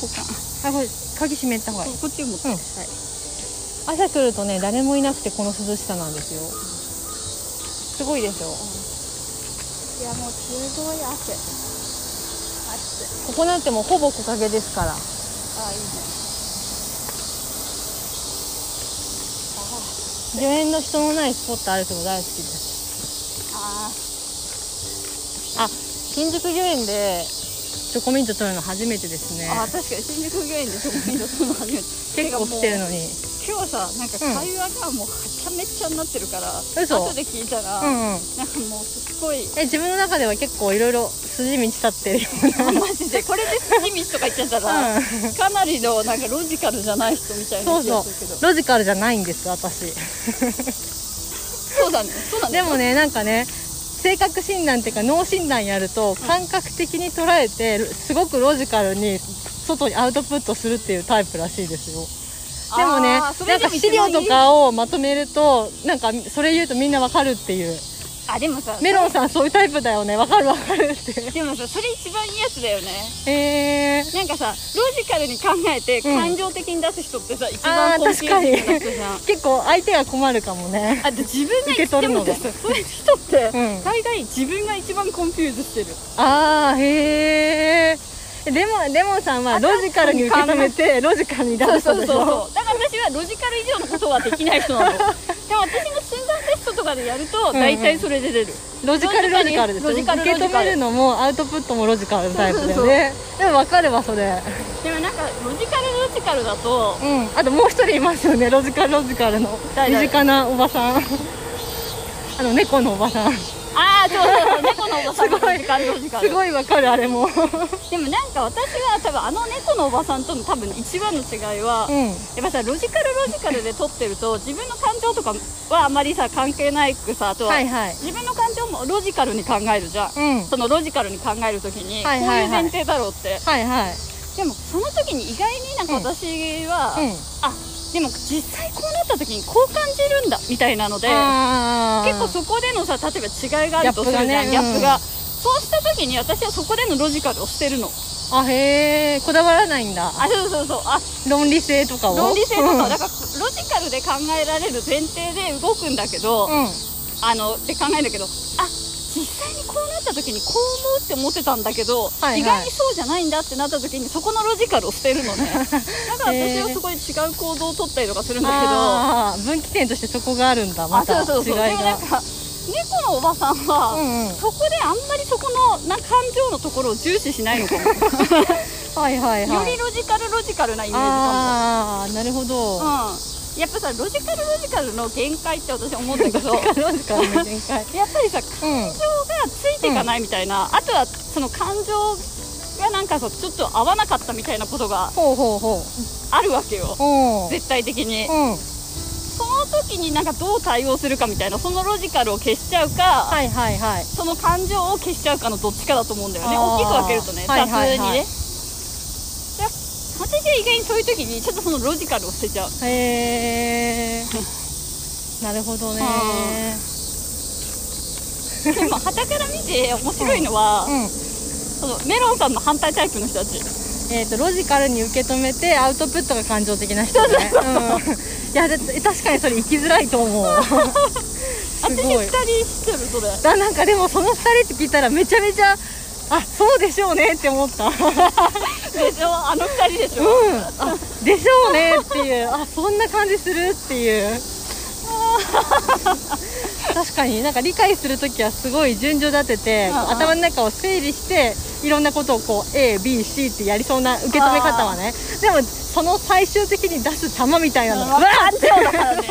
交換
あこれ鍵閉めた方がいい
こっちも
うん、朝来るとね誰もいなくてこの涼しさなんですよすごいでしょ
いやもうすごい汗暑い
ここなんてもうほぼ木陰ですから
あいいね
助園の人のないスポット歩くの大好きです
あ
あ新宿御苑でチョコミント取るの初めてですね
ー、あー確かに新宿御苑でそこに乗るの初めて
結構来てる
の
のに
今日さなんか会話がもうはちゃめちゃになってるから、
嘘
後で聞いたら、
うんうん
なんかもうすっごい
え自分の中では結構いろいろ筋道立ってるよう
あマジ でこれで筋道とか言っちゃったら、
うん
かなりのなんかロジカルじゃない人みたい
そ
な
う
気が
そ
するけど
うロジカルじゃないんです私
そうだねそうだね
でもねなんかね性格診断っていうか脳診断やると感覚的に捉えてすごくロジカルに外にアウトプットするっていうタイプらしいですよでもね
あーそ
な
れ
ん
で
か
も
資
一番
料
いい
とかをまとめるとなんかそれ言うとみんなわかるっていう
あでもさ
メロンさんそういうタイプだよねわかるわかるって
でもさそれ一番いいやつだよね
えー、
なんかさロジカルに考えて
うん
感情的に出す人ってさ、一
あ
番
ー
コンピューティングな人じゃん
結構相手が困るかもね
あと自分が
受け取るの
で
が
もさそういう人って、
うん
大概自分が一番コンピューズしてる
ああへえでもレモンさんはロジカルに受け止めてロジカルに出す人でしょ
うだから私はロジカル以上のことはできない人 なのでも私の診断テストとかでやると
ん
大体それで出る、
ロジカルロジカルですよ
ロジカルロジカル
受け止めるのもアウトプットもロジカルタイプだよねでも分かるわそれ
でもなんかロジカルロジカルだと
うんあともう一人いますよねロジカルロジカルの
誰
身
誰
近なおばさんあの猫のおばさんす
ああそうそうそう猫のおばさんのロジカルロジカル
ごい分かるあれも
でもなんか私は多分あの猫のおばさんとの多分一番の違いは、
うん
やっぱさロジカルロジカルで撮ってると自分の感情とかはあまりさ関係ないくさあとは、
はいはい
自分の感情もロジカルに考えるじゃん、
うん
そのロジカルに考えるときに、
はいはいはい
こういう前提だろうって
はいはい
でもその時に意外になんか私は、
うん
あでも実際こうなった時にこう感じるんだみたいなので
あー
結構そこでのさ例えば違いがあるとするじゃんギ
ギ
ャ
ャ
ッ
ッ
プ,、
プがねうん
がそうした時に私はそこでのロジカルを捨てるの
あへえこだわらないんだ
あそうそうそうあ
論理性とかを
論理性とか、
うん
だからロジカルで考えられる前提で動くんだけど、
うん
あのって考えるんだけどあ実際にこうなった時にこう思うって思ってたんだけど、
いはい
意外にそうじゃないんだってなった時にそこのロジカルを捨てるの ねだから私はすごい違う行動を取ったりとかするんだけど、
あー分岐点としてそこがあるんだま
あ
た
そうそうそ
違い
で
う
もな
が
んか猫のおばさんは、
うんうん
そこであんまりそこのな感情のところを重視しないのかも、
はいはいはい
よりロジカルロジカルなイメージか
ああなるほど、
も、うん、やっぱさロジカルロジカルの限界って私思うんだけどやっ
ロジカルの限界
ぱりさ
うん
感情がついていかないみたいな、あとはその感情がなんかさちょっと合わなかったみたいなことが
ほうほうほ
あるわけよ
ううん
絶対的に
うん
その時になんかどう対応するかみたいなそのロジカルを消しちゃうか、
はいはいはい
その感情を消しちゃうかのどっちかだと思うんだよね
あー
大きく分けるとね
はい
雑にね、
はいはい
であ私じゃ意外にそういう時にちょっとそのロジカルを捨てち ゃう
へえなるほどね
でも傍から見て面白いのは、
うん
そのメロンさんの反対タイプの人たち
えー、とロジカルに受け止めてアウトプットが感情的な人ね うんいやだって確かにそれ生きづらいと思うす
私
ご
2
い
人知ってるそれ
だなんかでもその2人って聞いたらめちゃめちゃあそうでしょうねって思った
でしょあの2人でしょ、
うん、あでしょうねっていうあそんな感じするっていう 確かになんか理解する時はすごい順序立てて、
うんうん
頭の中を整理していろんなことをこう ABC ってやりそうな受け止め方はねでもその最終的に出す球みたいな
う
の
ん
わーって
そうだからね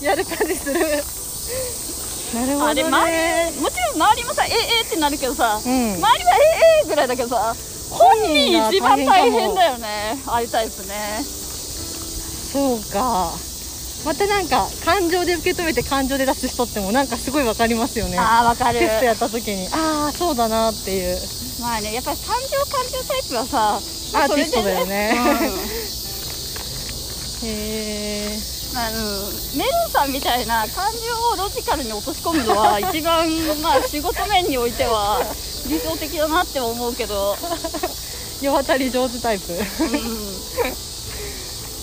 やる感じするなるほ
あれ
どね
周りもちろん周りもさええええってなるけどさ、
うん
周りはええええぐらいだけどさ本人一番大変だよねああいうタイプね
そうかまたなんか感情で受け止めて感情で出す人ってもなんかすごいわかりますよね
ああわかる
テストやった時にああそうだなっていう
まあねやっぱり感情感情タイプはさ
アー
そ
テ
れ
ィス
で
トだよね
うん
へえ
まあ、うんメロンさんみたいな感情をロジカルに落とし込むのは一番、まあ、仕事面においては理想的だなって思うけど、
世渡り上手タイプ
うん、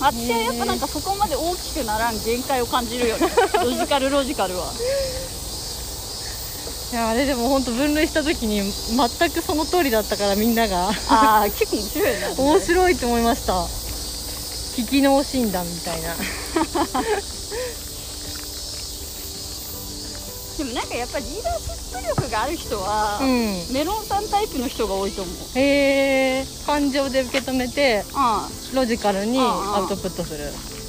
私はやっぱなんかそこまで大きくならん限界を感じるよねロジカルロジカルはい
やあれでも本当分類した時に全くその通りだったからみんなが
ああ結構面白いね
面白いと思いました聞き脳診断みたいな
でもなんかやっぱりリーダーシップ力がある人は、
うん
メロンさんタイプの人が多いと思う
へえ感情で受け止めて
ああ
ロジカルに
ああ
アウトプットする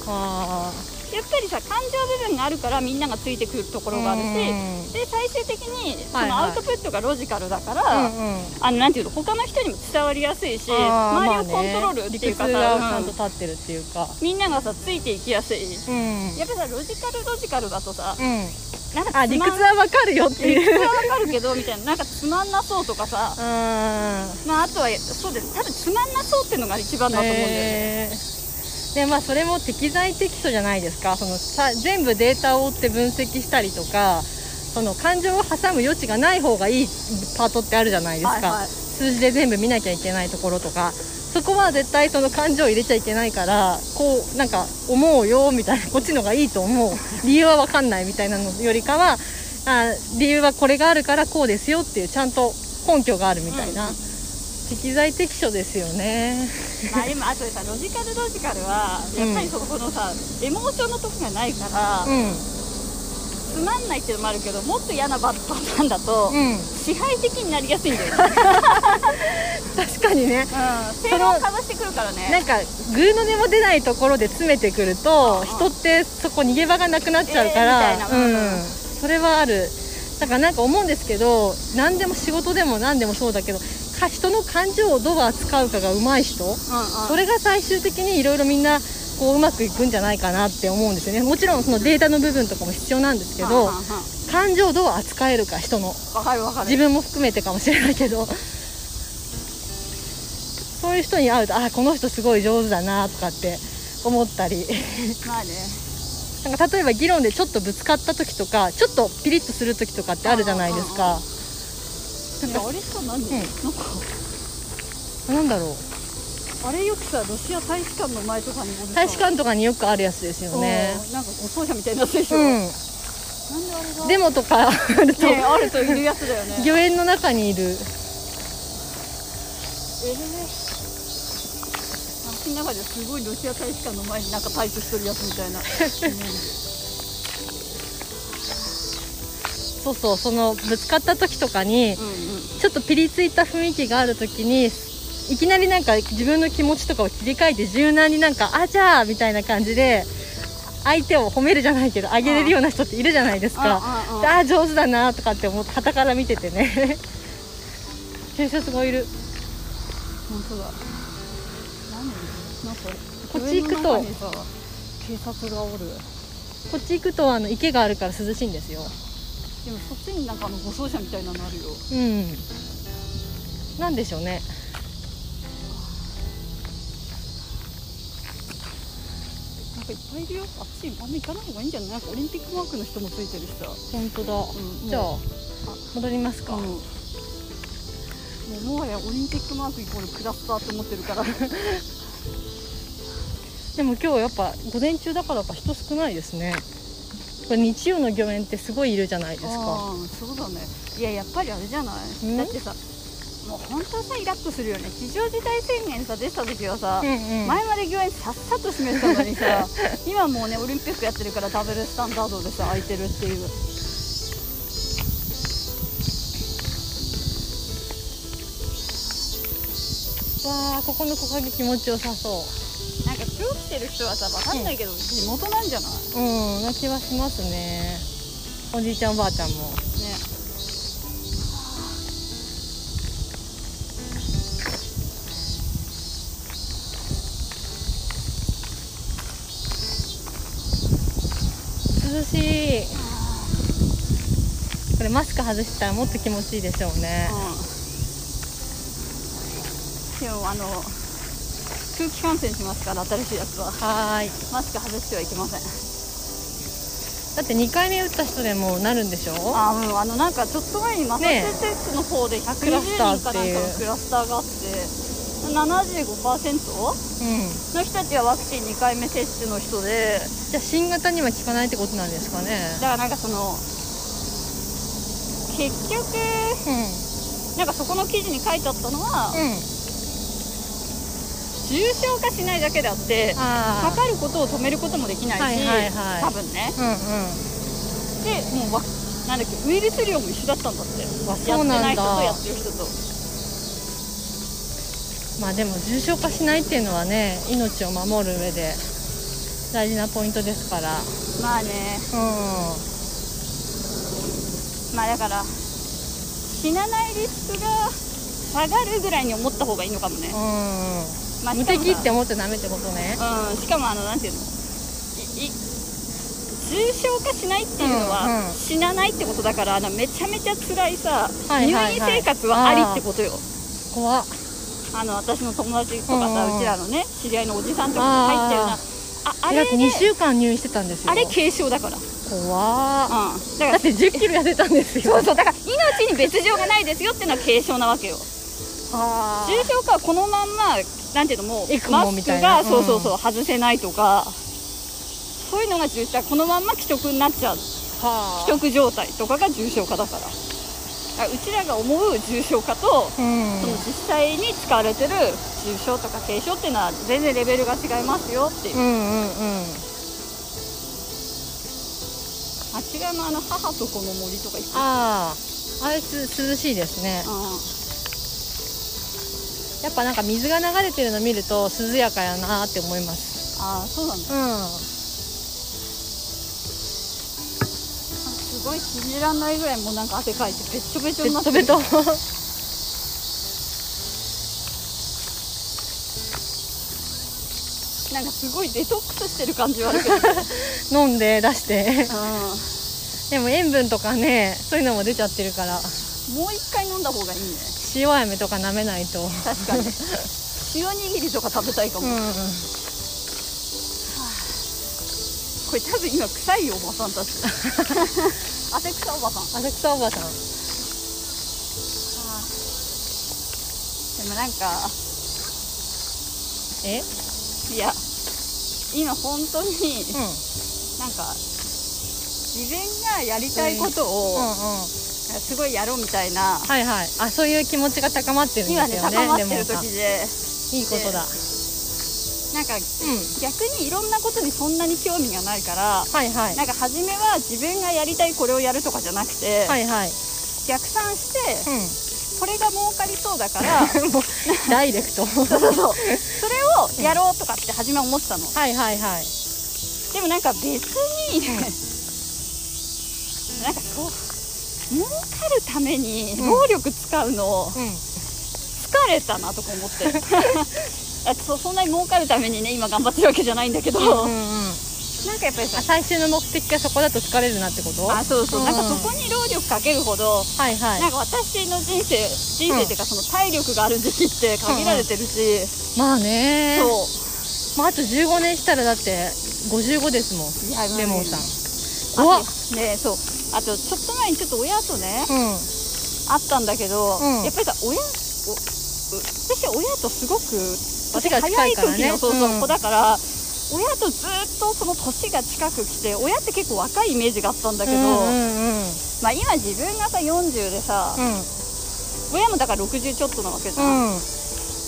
あ
やっぱりさ感情部分があるからみんながついてくるところがあるし
うん
で最終的にそ
はい
の
はい
アウトプットがロジカルだから、
あうんうん
あのなんていうの他の人にも伝わりやすいし
あー
周りをコントロールっていうかさ、
まあね理屈がちゃん
うん
と立ってるっていうか
みんながさついていきやすい
うん
やっぱさロジカルロジカルだとさ
うん
なんかつまん
あ理屈はわかるよって
理
いう
屈はわかるけどみたいななんかつまんなそうとかさ
う、ん
まあ、あとはそうです多分つまんなそうっていうのが一番だと思うんだよね、
えーでまあ、それも適材適所じゃないですかそのさ全部データを追って分析したりとかその感情を挟む余地がない方がいいパートってあるじゃないですか、
はいはい
数字で全部見なきゃいけないところとかそこは絶対その感情を入れちゃいけないからこうなんか思うよみたいなこっちのがいいと思う理由は分かんないみたいなのよりかはあ理由はこれがあるからこうですよっていうちゃんと根拠があるみたいな、
うん
適材適所ですよね。
まあでもあとでさロジカルロジカルはやっぱりそこのさ、エモーションのとこがないから、
うん
つまんないっていうのもあるけどもっと嫌なパターンだと、
うん、
支配的になりやすいんだよね、
確かに
う
ね
ん、性能をかざしてくるからね
なんかグーの音も出ないところで詰めてくると
うん
人ってそこ逃げ場がなくなっちゃうから、
えーみたいな
うん、それはあるだからなんか思うんですけど何でも仕事でも何でもそうだけどか人の感情をどう扱うかが上手い人
うんうん、
それが最終的にいろいろみんなこううまくいくんじゃないかなって思うんですよねもちろんそのデータの部分とかも必要なんですけ
うんうんう
ど
ん
感情をどう扱えるか人の
わかるわかる
自分も含めてかもしれないけどそういう人に会うとあこの人すごい上手だなとかって思ったり
まあね
なんか例えば議論でちょっとぶつかった時とかちょっとピリッとする時とかってあるじゃないですか
いやあれさ何、
ん
なんか
なんだろう
あれよくさロシア大使館の前とかにも
大使館とかによくあるやつですよね
うんなんか護送車みたいなやつでしょ、なんで
う
あれが
んデモとかあると
ねあるというやつだよね
御苑の中にいる
えー街の中ですごいロシア大使館の前になんか待機してるやつみ たいな、う
そうそうそのぶつかった時とかに
ん、うんうん
ちょっとピリついた雰囲気がある時にいきなりなんか自分の気持ちとかを切り替えて柔軟になんか「あじゃあ」みたいな感じで相手を褒めるじゃないけどあげれるような人っているじゃないですかあ
うんうんうん
あー上手だなとかって思って傍から見ててね警察がいる
本当だ何なんか
こっち行くと
公園の中にさ警察がおるで
こっち行くとあの池があるから涼しいんですよ
もそっちになんかあの護送車みたいなのあるよ
うんなんでしょうね
かいっぱいいるよあっちあんま行かない方がいいんじゃないなんかオリンピックマークの人もついてるしさ、
本当だ
うん
じゃあ
も
戻りますか、
ううんもうもはやオリンピックマークイコールクラスターって思ってるから
でも今日やっぱ午前中だからか人少ないですねこれ日曜の御苑ってすごいいるじゃないですか
あーそうだねいややっぱりあれじゃない、
ん
だってさもう本当さイラッとするよね非常事態宣言さ出てた時はさ、
ん
前まで御苑さっさと閉めてたのにさ 今もうねオリンピックやってるからダブルスタンダードでさ空いてるっていう
わあここの木陰気持ちよさそ
なんか今日来てる人はさわかんないけど、地元なんじゃないう
うんな気はしますねおじいちゃんおばあちゃんも
ね
涼しいこれマスク外したらもっと気持ちいいでしょうね
うんでもあの空気感染しますから新しいやつは
はーい
マスク外してはいけません
だって2回目打った人でもなるんでしょ
あーうんあのなんかちょっと前にマサチューセッツの方で
クラ
120
ス
人
ター
か
って
なん
いう
かのクラスターがあって75%
う
の
ん
人たちはワクチン2回目接種の人で
じゃあ新型には効かないってことなんですかね
だからなんかその結局
う
なんかそこの記事に書いてあったのは、
んうん
重症化しないだけであってか
あ
かることを止めることもできないし、
はいはいはい
多分ね
あうんうん
でもうわなんだっけウイルス量も一緒だったんだってや
わ
っ
そう
て
なんだ
ない人とやってる人と
まあでも重症化しないっていうのはね命を守る上で大事なポイントですから
まあね
う
まあだから死なないリスクが下がるぐらいに思った方がいいのかもね、
ん、うん
まあ、
無
しかもさ
敵って思っちゃダメってことね
うんしかもあのなんていうのいい重症化しないっていうの
うんう
は
ん
死なないってことだから、あのめちゃめちゃ辛いさ、
はいはいはい
入院生活はありってことよ
怖っ
あの私の友達とかさ、
う
うん
うん
ちらのね知り合いのおじさんとかも入ったような
あ
ああれ
約
ね
2週間入院してたんですよ
あれ軽症だから、うん、
怖っ
だ
だ
か
って1 0キロ痩せたんですよ
らそうそうだから命に別状がないですよっていうのは軽症なわけよ
あ
重症化はこのまんまなんていうのも
エク
う
モ
マ
み
ス
たい
ク
な
が、
うん
そうそうそう外せないとかそういうのが重症化このまんま既得になっちゃう既
は
得状態とかが重症化だからだからうちらが思う重症化と
あうん
その実際に使われてる重症とか軽症っていうのは全然レベルが違いますよっていう
うんうんうん
あっち側のあの母と子の森とか行って
あああれす涼しいですね
う
やっぱなんか水が流れてるの見ると涼やかやなって思います
ん、ああそうなんだ
うん
すごい信じらんないぐらいもうなんか汗かいてべっちょべちょ
ベ
になって
ッド
る
ベト
なんかすごいデトックスしてる感じはあるけど、うん、
飲んで出して
も
でも塩分とかねそういうのも出ちゃってるから
う一回飲んだ方がいいね
塩飴とか舐めないと
確かに塩握りとか食べたいかも、
う
こ
んうん
れ多分今臭いよおばさんた ち汗臭おばさん
浅草おばさん
でもなんか
え
いや今本当に
うん
なんか自分がやりたいことを、
うんうん
すごいやろうみたいな
はいはいあそういう気持ちが高まってるんで
今
す
ね
よね
高まってる
でも
時で
いいことだ
なんか
うん
逆にいろんなことにそんなに興味がないから
はいはい
なんか初めは自分がやりたいこれをやるとかじゃなくて、
はいはい
逆算して
う
これが儲かりそうだから
んもうダイレクト
そうそうそうそれをやろうとかって初め思ってたの
はいはいはい
でもなんか別になんかこう儲かるために
うん
暴力使うの
うん
疲れたなとか思って あそうそんなに儲かるためにね今頑張ってるわけじゃないんだけど、
うんうん
なんかやっぱりさ
あ最終の目的がそこだと疲れるなってこと
あそうそう、
うん
なんかそこに労力かけるほど、
はいはい
なんか私の人生人生っていうかその体力がある時期って限られてるし、
まあね
そう
まあ、あと15年したらだって55ですもん
いや
レモンさん
あ
怖っ
とねそうあとちょっと前にちょっと親とね
うん
会ったんだけど、
うん
やっぱりさ親おう私親とすごく
年が近いから
早
ね
時のそうそう、
うん
子だから親とずっとその年が近く来て親って結構若いイメージがあったんだけど、
うんうんうん
まあ、今自分がさ40でさ、親もだから60ちょっとなわけじゃん、
うんうん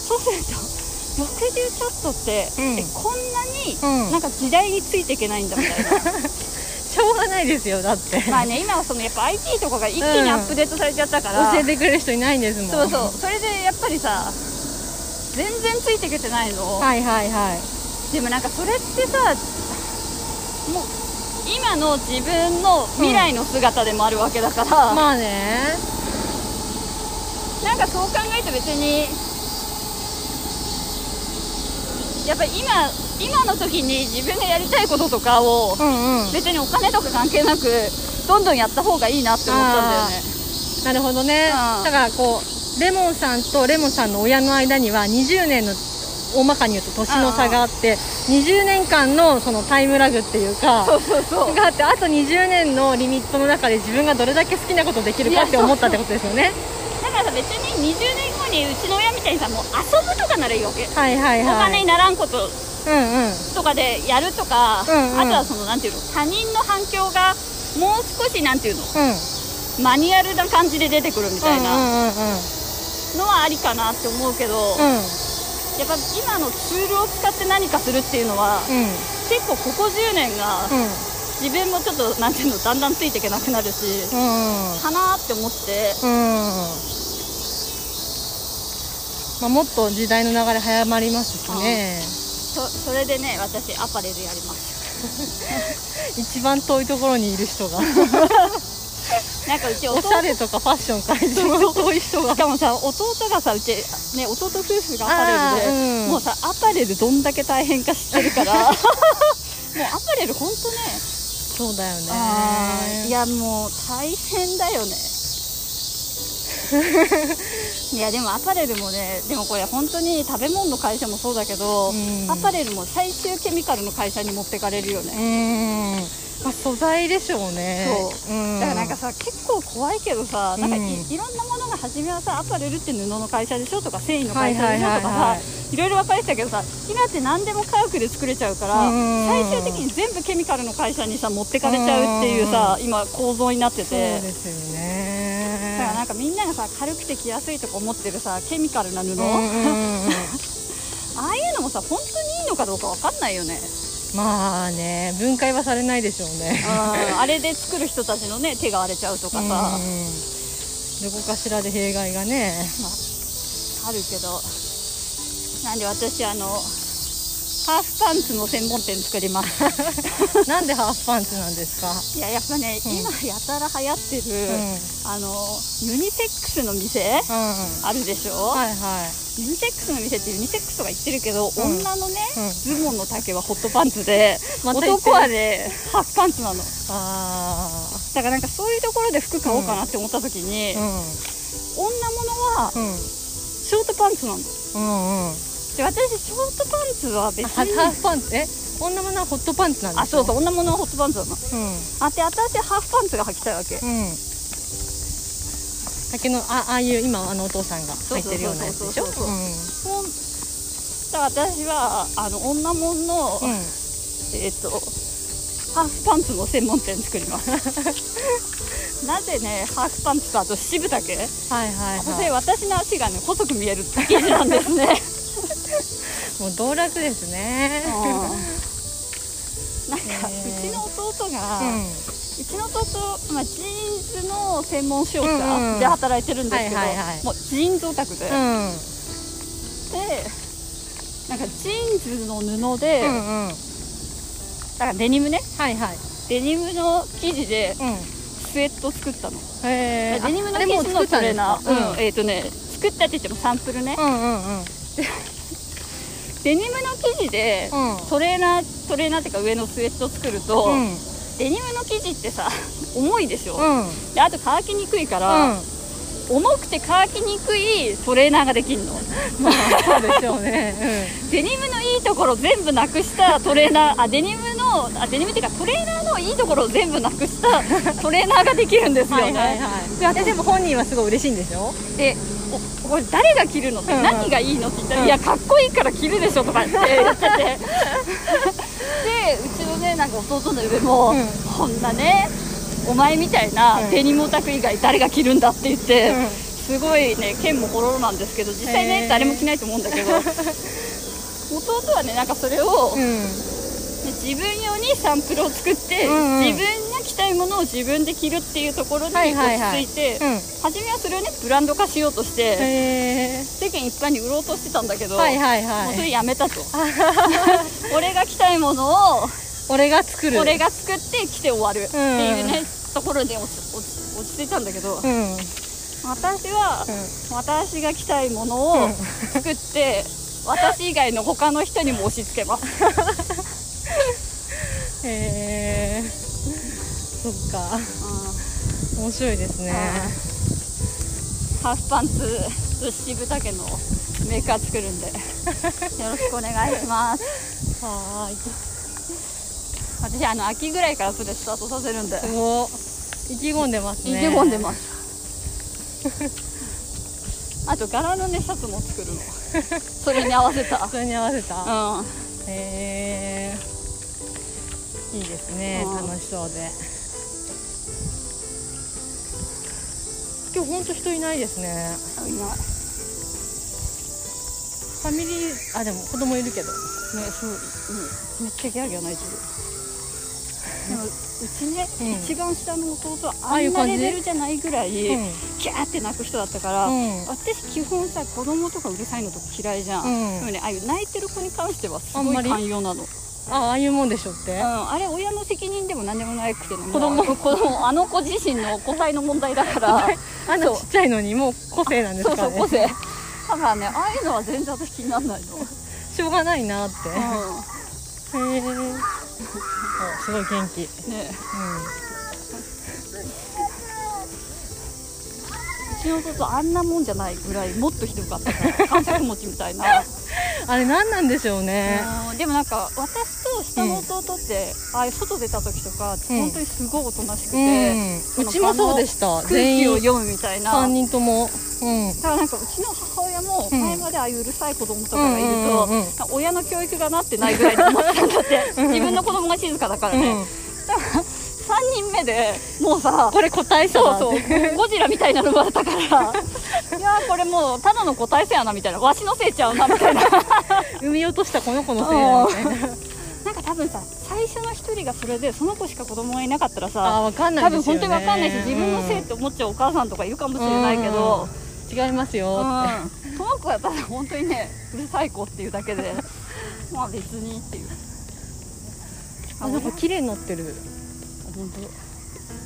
そうすると60ちょっとって、
うん
えこんなに、
うん
なんか時代についていけないんだみたいな
しょうがないですよだって
まあね今はそのやっぱ IT とかが一気にアップデートされちゃったから、
教えてくれる人いないんですもん
そうそうそれでやっぱりさ全然ついていけてないの、
はいはいはい
でもなんかそれってさもう今の自分の未来の姿でもあるわけだから、
まあね
なんかそう考えて別にやっぱり今今の時に自分がやりたいこととかを
うんうん
別にお金とか関係なくどんどんやった方がいいなって思ったんだよね
なるほどね
うん
だからこうレモンさんとレモンさんの親の間には20年の大まかに言うと年の差があって20年間のそのタイムラグっていうか
そうそうそう
があってあと20年のリミットの中で自分がどれだけ好きなことできるかって思ったってことですよね
だからさ別に20年後にうちの親みたいにさもう遊ぶとかならいいわけ、
はいはい
お
は
金
い
にならんこと
うんうん
とかでやるとか、
うんうん
あとはそのなんていうの他人の反響がもう少しなんていうの
うん
マニュアルな感じで出てくるみたいな
うんうんうん
のはありかなって思うけど、
うん
やっぱ今のツールを使って何かするっていうのは、
うん
結構ここ10年が
うん
自分もちょっとなんていうのだんだんついていけなくなるし、
うん
かなーって思って
うん、まあ、もっと時代の流れ早まりますしね、
そそれでね私アパレルやります
一番遠いところにいる人が
なんかうち
お
弟
しゃれとかファッションから一 番遠い人が
しかもさ弟がさうち、ね、弟夫婦がアパレルで、
あーうん
もうさアパレルどんだけ大変か知ってるから もうアパレルほんとね
そうだよね
あーいやもう大変だ よねいやでもアパレルもねでもこれ本当に食べ物の会社もそうだけど、
うん
アパレルも最終ケミカルの会社に持ってかれるよね、
うん、まあ、素材でしょうね
そう、
ん、
だからなんかさ結構怖いけどさなんかい,、
うん
ろんなものが初めはさアパレルって布の会社でしょとか繊維の
は
会
い
社
は
で
い
しょ
はい
とかさ
はい
ろいろ分かれてたけどさ今って何でも科学で作れちゃうから
うん
最終的に全部ケミカルの会社にさ持ってかれちゃうっていうさ今構造になって
そう
て。
ですよ
だからな
ね
んかみんながさ軽くて着やすいとか思ってるさケミカルな布、
うん
あ
うん うん
あいうのもさ本当にいいのかどうか分かんないよね
まあね分解はされないでしょうね
うんあれで作る人たちのね手が荒れちゃうとか
うん
さ、
どこかしらで弊害がね
まあ、あるけどなんで私あのハーフパンツの専門店作ります
なんでハーフパンツなんですか、
いややっぱね、
うん
今やたら流行ってる、
う
あのユニセックスの店
ん、は
あるでしょ、
いはい
ユニセックスの店ってユニセックスとか言ってるけど、
うん
女のね、
うん
ズボンの丈はホットパンツで
また言って
男
る
はねハーフパンツなの
ああ
だからなんかそういうところで服買おうかなって思った時に、
うん
女物は
うん
ショートパンツなので
うんうん
私ショートパンツは別
あハ
に
ハーフパンツえ女物はホットパンツなんです
あそうそうう女物はホットパンツなの
うん
あで私はハーフパンツが履きたいわけ、
うん竹のあああいう今あのお父さんが入ってるようなやつでしょ
そうそうそう
う
そ
ん
もうだから私はあの女物の、
うん
えっ、とハーフパンツの専門店作ります なぜねハーフパンツとあと渋丈
はいはい
そして
は
私の足がね細く見えるって記事なんですね
いもう道楽ですね
うん なんか
へ
う
ー
ちの弟が、
う
うんちの弟、まあ、ジーンズの専門商
うんう
社
ん
で働いてるんですけど、
はいはいはい
もうジーンズオタクで、
うん
でなんかジーンズの布で、
う
だ
んうん
からデニムね
はいはい
デニムの生地で
う
スウェット作ったの、
んへえ
デニムの
あれ
生
もう
地
作
の
った
ト
ん
レ
で
ーナ
すか
ー、うんえっ、とね作ったって言ってもサンプルね、
うんうんうん
デニムの生地で、
うん
トレーナートレーナーっていうか上のスウェット作ると、
うん
デニムの生地ってさ 重いでしょ、
うん
であと乾きにくいか
う
ら、
ん
重くて乾きにくいトレーナーができるの
まあそうでしょうね。
デニムのいいとところ全部なくしたトレーナーあデニムのあデニムっていうかトレーナーのいいところを全部なくした トレーナーができるんですよね、
いやでも本人はすごい嬉しいんでしょ
でおこれ誰が着るのって、
うんうん
何がいいのって言ったら、
うん
いやかっこいいから着るでしょと かって言っててでうちのねなんか弟の嫁も、
うん
こんなねお前みたいな
うん
デニムオタク以外誰が着るんだって言って、
うん
すごいね剣もほろろなんですけど実際
へ
ね
ー
誰も着ないと思うんだけ ど弟はねなんかそれを、
う
ね
ん
自分用にサンプルを作って、
うんうん
自分が着たいものを自分で着るっていうところに落
は
ち
い
着いて、
はいはいうん
初めはそれをねブランド化しようとして、
へえ
世間一般に売ろうとしてたんだけど、
はいはい
もうそ
は
れ
い
やめたと 俺が着たいものを
俺が作る
俺が作って着て終わるっていうね、ところで落ち落ち落ち着いたんだけど、
うんうん
私は、私が着たいもの
う
を
ん
作って、私以外の他の人にも押し付け ます
へえそっか面白いですね
ハーフパンツうっしぶたけのメーカー作るんでよろしくお願いします
はーい
私あの秋ぐらいからそれスタートさせるんです
ごい意気込んでます
意
ね
気込んでますあと柄のねシャツも作る のそれに合わせた
それに合わせた
うん
へえいいですね
うん
楽しそうで今日ほんと人いないですね
今
ファミリーあでも子供いるけど
ねそう、うん、めっちゃギャーギャー泣いてるでもうちね、
うん
一番下の弟は
ああ
あ
い
ん
う
な
感じ
レベルじゃないぐらい
うん
キャーって泣く人だったから、
うん
私基本さ子供とかうるさいのとか嫌いじゃん、
うん
でもねああいう泣いてる子に関してはす
あん
ご
ま
い
り
寛容なの
あああいうもんでしょって
うん、あれ親の責任でも何でもないくてね
子供
もう子供あの子自身の個体の問題だ から
あんな
そう
ちっちゃいのにもう個性なんです
そう
か
そう
ね
個性だからねああいうのは全然私気にならないの、うん、
しょうがないなってへえすごい元気
ねうちの弟あんなもんじゃないぐらいもっとひどかったから感触持ちみたい な、
うんあれ何なんでしょうね
うんでもなんか私と下の弟って、ああいう外出た時とか、
うん
本当にすごいおとなしく
う
て、
ん
その
うちもそうでした
空
全
気を
員
読むみたいな
3人ともうん
だからなんかうちの母親も
うん
前までああいううるさい子供とかがいると、
うんうんうんうん
なんか親の教育がなってないぐらいと思ってたんだって 自分の子供が静かだからね、
うん
3人目でもうさ
これ個体差
そ
だ
う
っ
そう
て
ゴジラみたいなの生まれたからいやーこれもうただの個体差やなみたいなわしのせいちゃうなみたい な
産み落としたこの子のせいだみたいな
なんか多分さ最初の1人がそれでその子しか子供がいなかったら
あ
さ
分かんな
多
いで
分
すよ
本
ね
当にわかんないし自分のせいって思っちゃうお母さんとかいるかもしれないけど、
うん違いますよって
うん、この子はただ本当にねうるさい子っていうだけで まあ別にっていう
あなんか綺麗になってる
本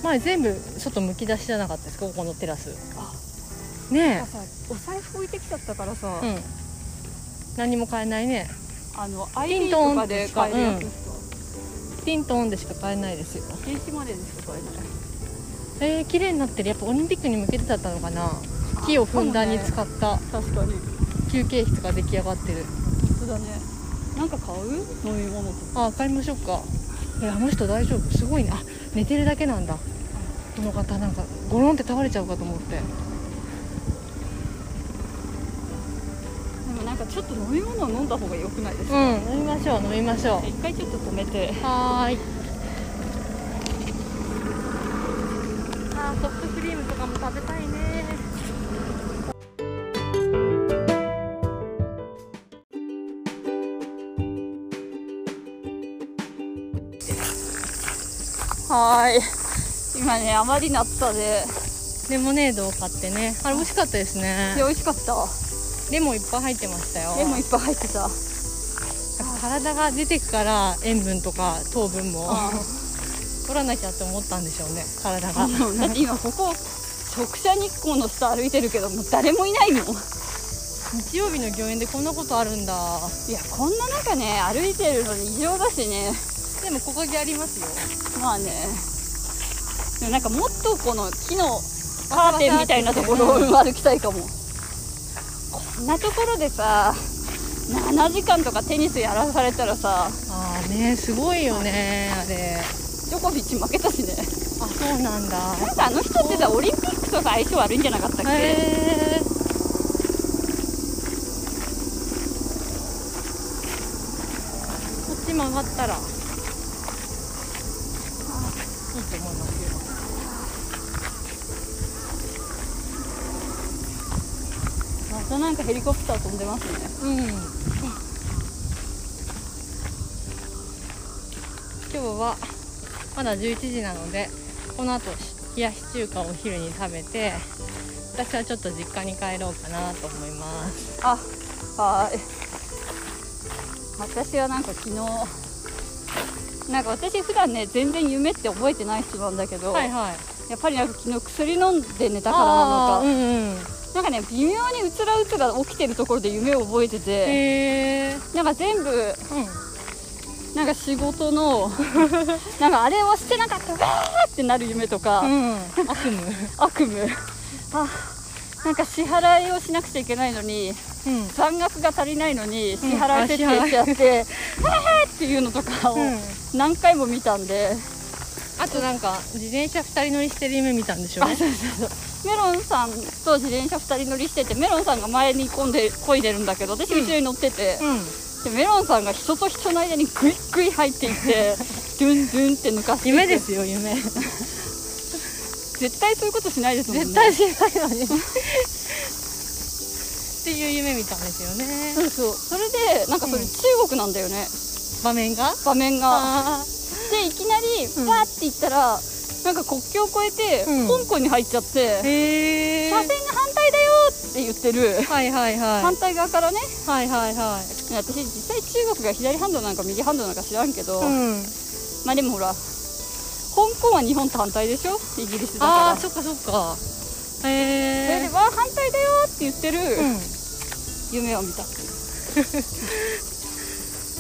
当
前全部外むき出しじゃなかったですかここのテラス
あな
ね
んかさお財布置いてきちゃったからさ、
えうん何も買えないね
あの
ピ
ID
ントン
とかで買えるやつですか
ピンとオンでしか買えないですよ
電子マネーでしか買えない
えー、綺麗になってるやっぱオリンピックに向けてだったのかな木をふんだんに使った
確かに本
休憩室が出来上がってる
当だねなんか買う飲み物とか
あ買いましょうかえあの人大丈夫すごいねあ寝てるだけなんだこの方なんかゴロンって倒れちゃうかと思って
でもなんかちょっと飲み物を飲んだ方が良くないです
う
か、
ん飲みましょう飲みましょ
一回ちょっと止めて
うはーいあーソフトクリームとかも食べたいね
はーい今ねあまりなったで
レモネードを買ってねあれ美味しかったですね
で美味しかった
レモンいっぱい入ってましたよ
レモンいっぱい入ってた
体が出てくから塩分とか糖分も取らなきゃって思ったんでしょうね体が
うんだって今ここ直射日光の下歩いてるけどもう誰もいないもんい
日曜日の御苑でこんなことあるんだ
やこんな中ね歩いてるのに異常だしね
でも木陰ありますよ
まあねでもなんかもっとこの木のカーテンみたいなところを歩きたいかもこんなところでさ7時間とかテニスやらされたらさ
ああねすごいよねあれ
ジョコビッチ負けたしね
あそうなんだ
なんかあの人ってさオリンピックとさ相性悪いんじゃなかったっけ、
へえこっち曲がったらいいと思いますよ
またなんかヘリコプター飛んでますね
うん。今日はまだ11時なので、この後冷やし中華をお昼に食べて、私はちょっと実家に帰ろうかなと思います。
あはーい私はなんか昨日なんか私普段ね全然夢って覚えてない人なんだけど、
はいはい。
やっぱりなんか昨日薬飲んで寝た
だ
からなのか、
うんうん。
なんかね微妙にうつらうつら起きてるところで夢を覚えてて
へえ。
なんか全部
うん。
なんか仕事の なんかあれをしてなかったわーってなる夢とか、
うん。悪夢。
悪夢あなんか支払いをしなくちゃいけないのに
うん。
残額が足りないのに支払い設定してあって「え、ーっていうのとかを
うん
何回も見たんで、
あとなんか自転車二人乗りしてる夢見たんでしょ。
あそうそうそうメロンさんと自転車2人乗りしててメロンさんが前にこんで漕いでるんだけど私
うん
後ろに乗ってて、
うん。
でメロンさんが人と人の間にグイグイ入っていって ドゥンドゥンって抜かしていく
夢ですよ夢。
絶対そういうことしないですもんね
絶対しないのに。っていう夢見たんですよね。
そうそうそれでなんかそれ
うん
中国なんだよね、
場面が
場面が。
あ
でいきな
うん
りバーって行ったら、なんか国境を越えて、
うん
香港に入っちゃって、
へえ
車線が反対だよって言ってる、
はいはいは
反
い
対側からね
はいはいはい
私実際中国が左ハンドなんか右ハンドなんか知らんけど、
うん
まあでもほら香港は日本と反対でしょイギリスだから
ああーそっかそっか
それ
へ
で
え
わあ反対だよって言ってる
う
夢を見た、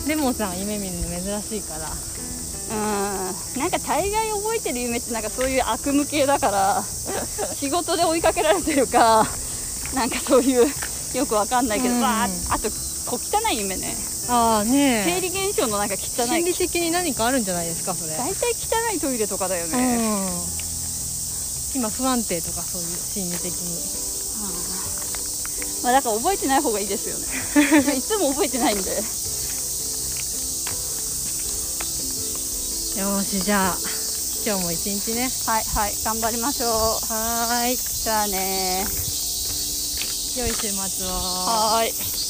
んでもさ夢見るの珍しいから
うんなんか大概覚えてる夢ってなんかそういう悪夢系だから 仕事で追いかけられてるかなんかそういうよくわかんないけど、
うん
まああと小汚い夢ね
ああ
生
ね
理現象のなんか汚
心
い
理的に何かあるんじゃないですかそれ
大体汚いトイレとかだよ
う
ね、
ん今不安定とかそういう心理的に
まあだから覚えてない方がいいですよ ねいつも覚えてないんで
よーしじゃあ今日も一日ね
はいはい頑張りましょう
はーい
じゃあね
良い週末を
はーい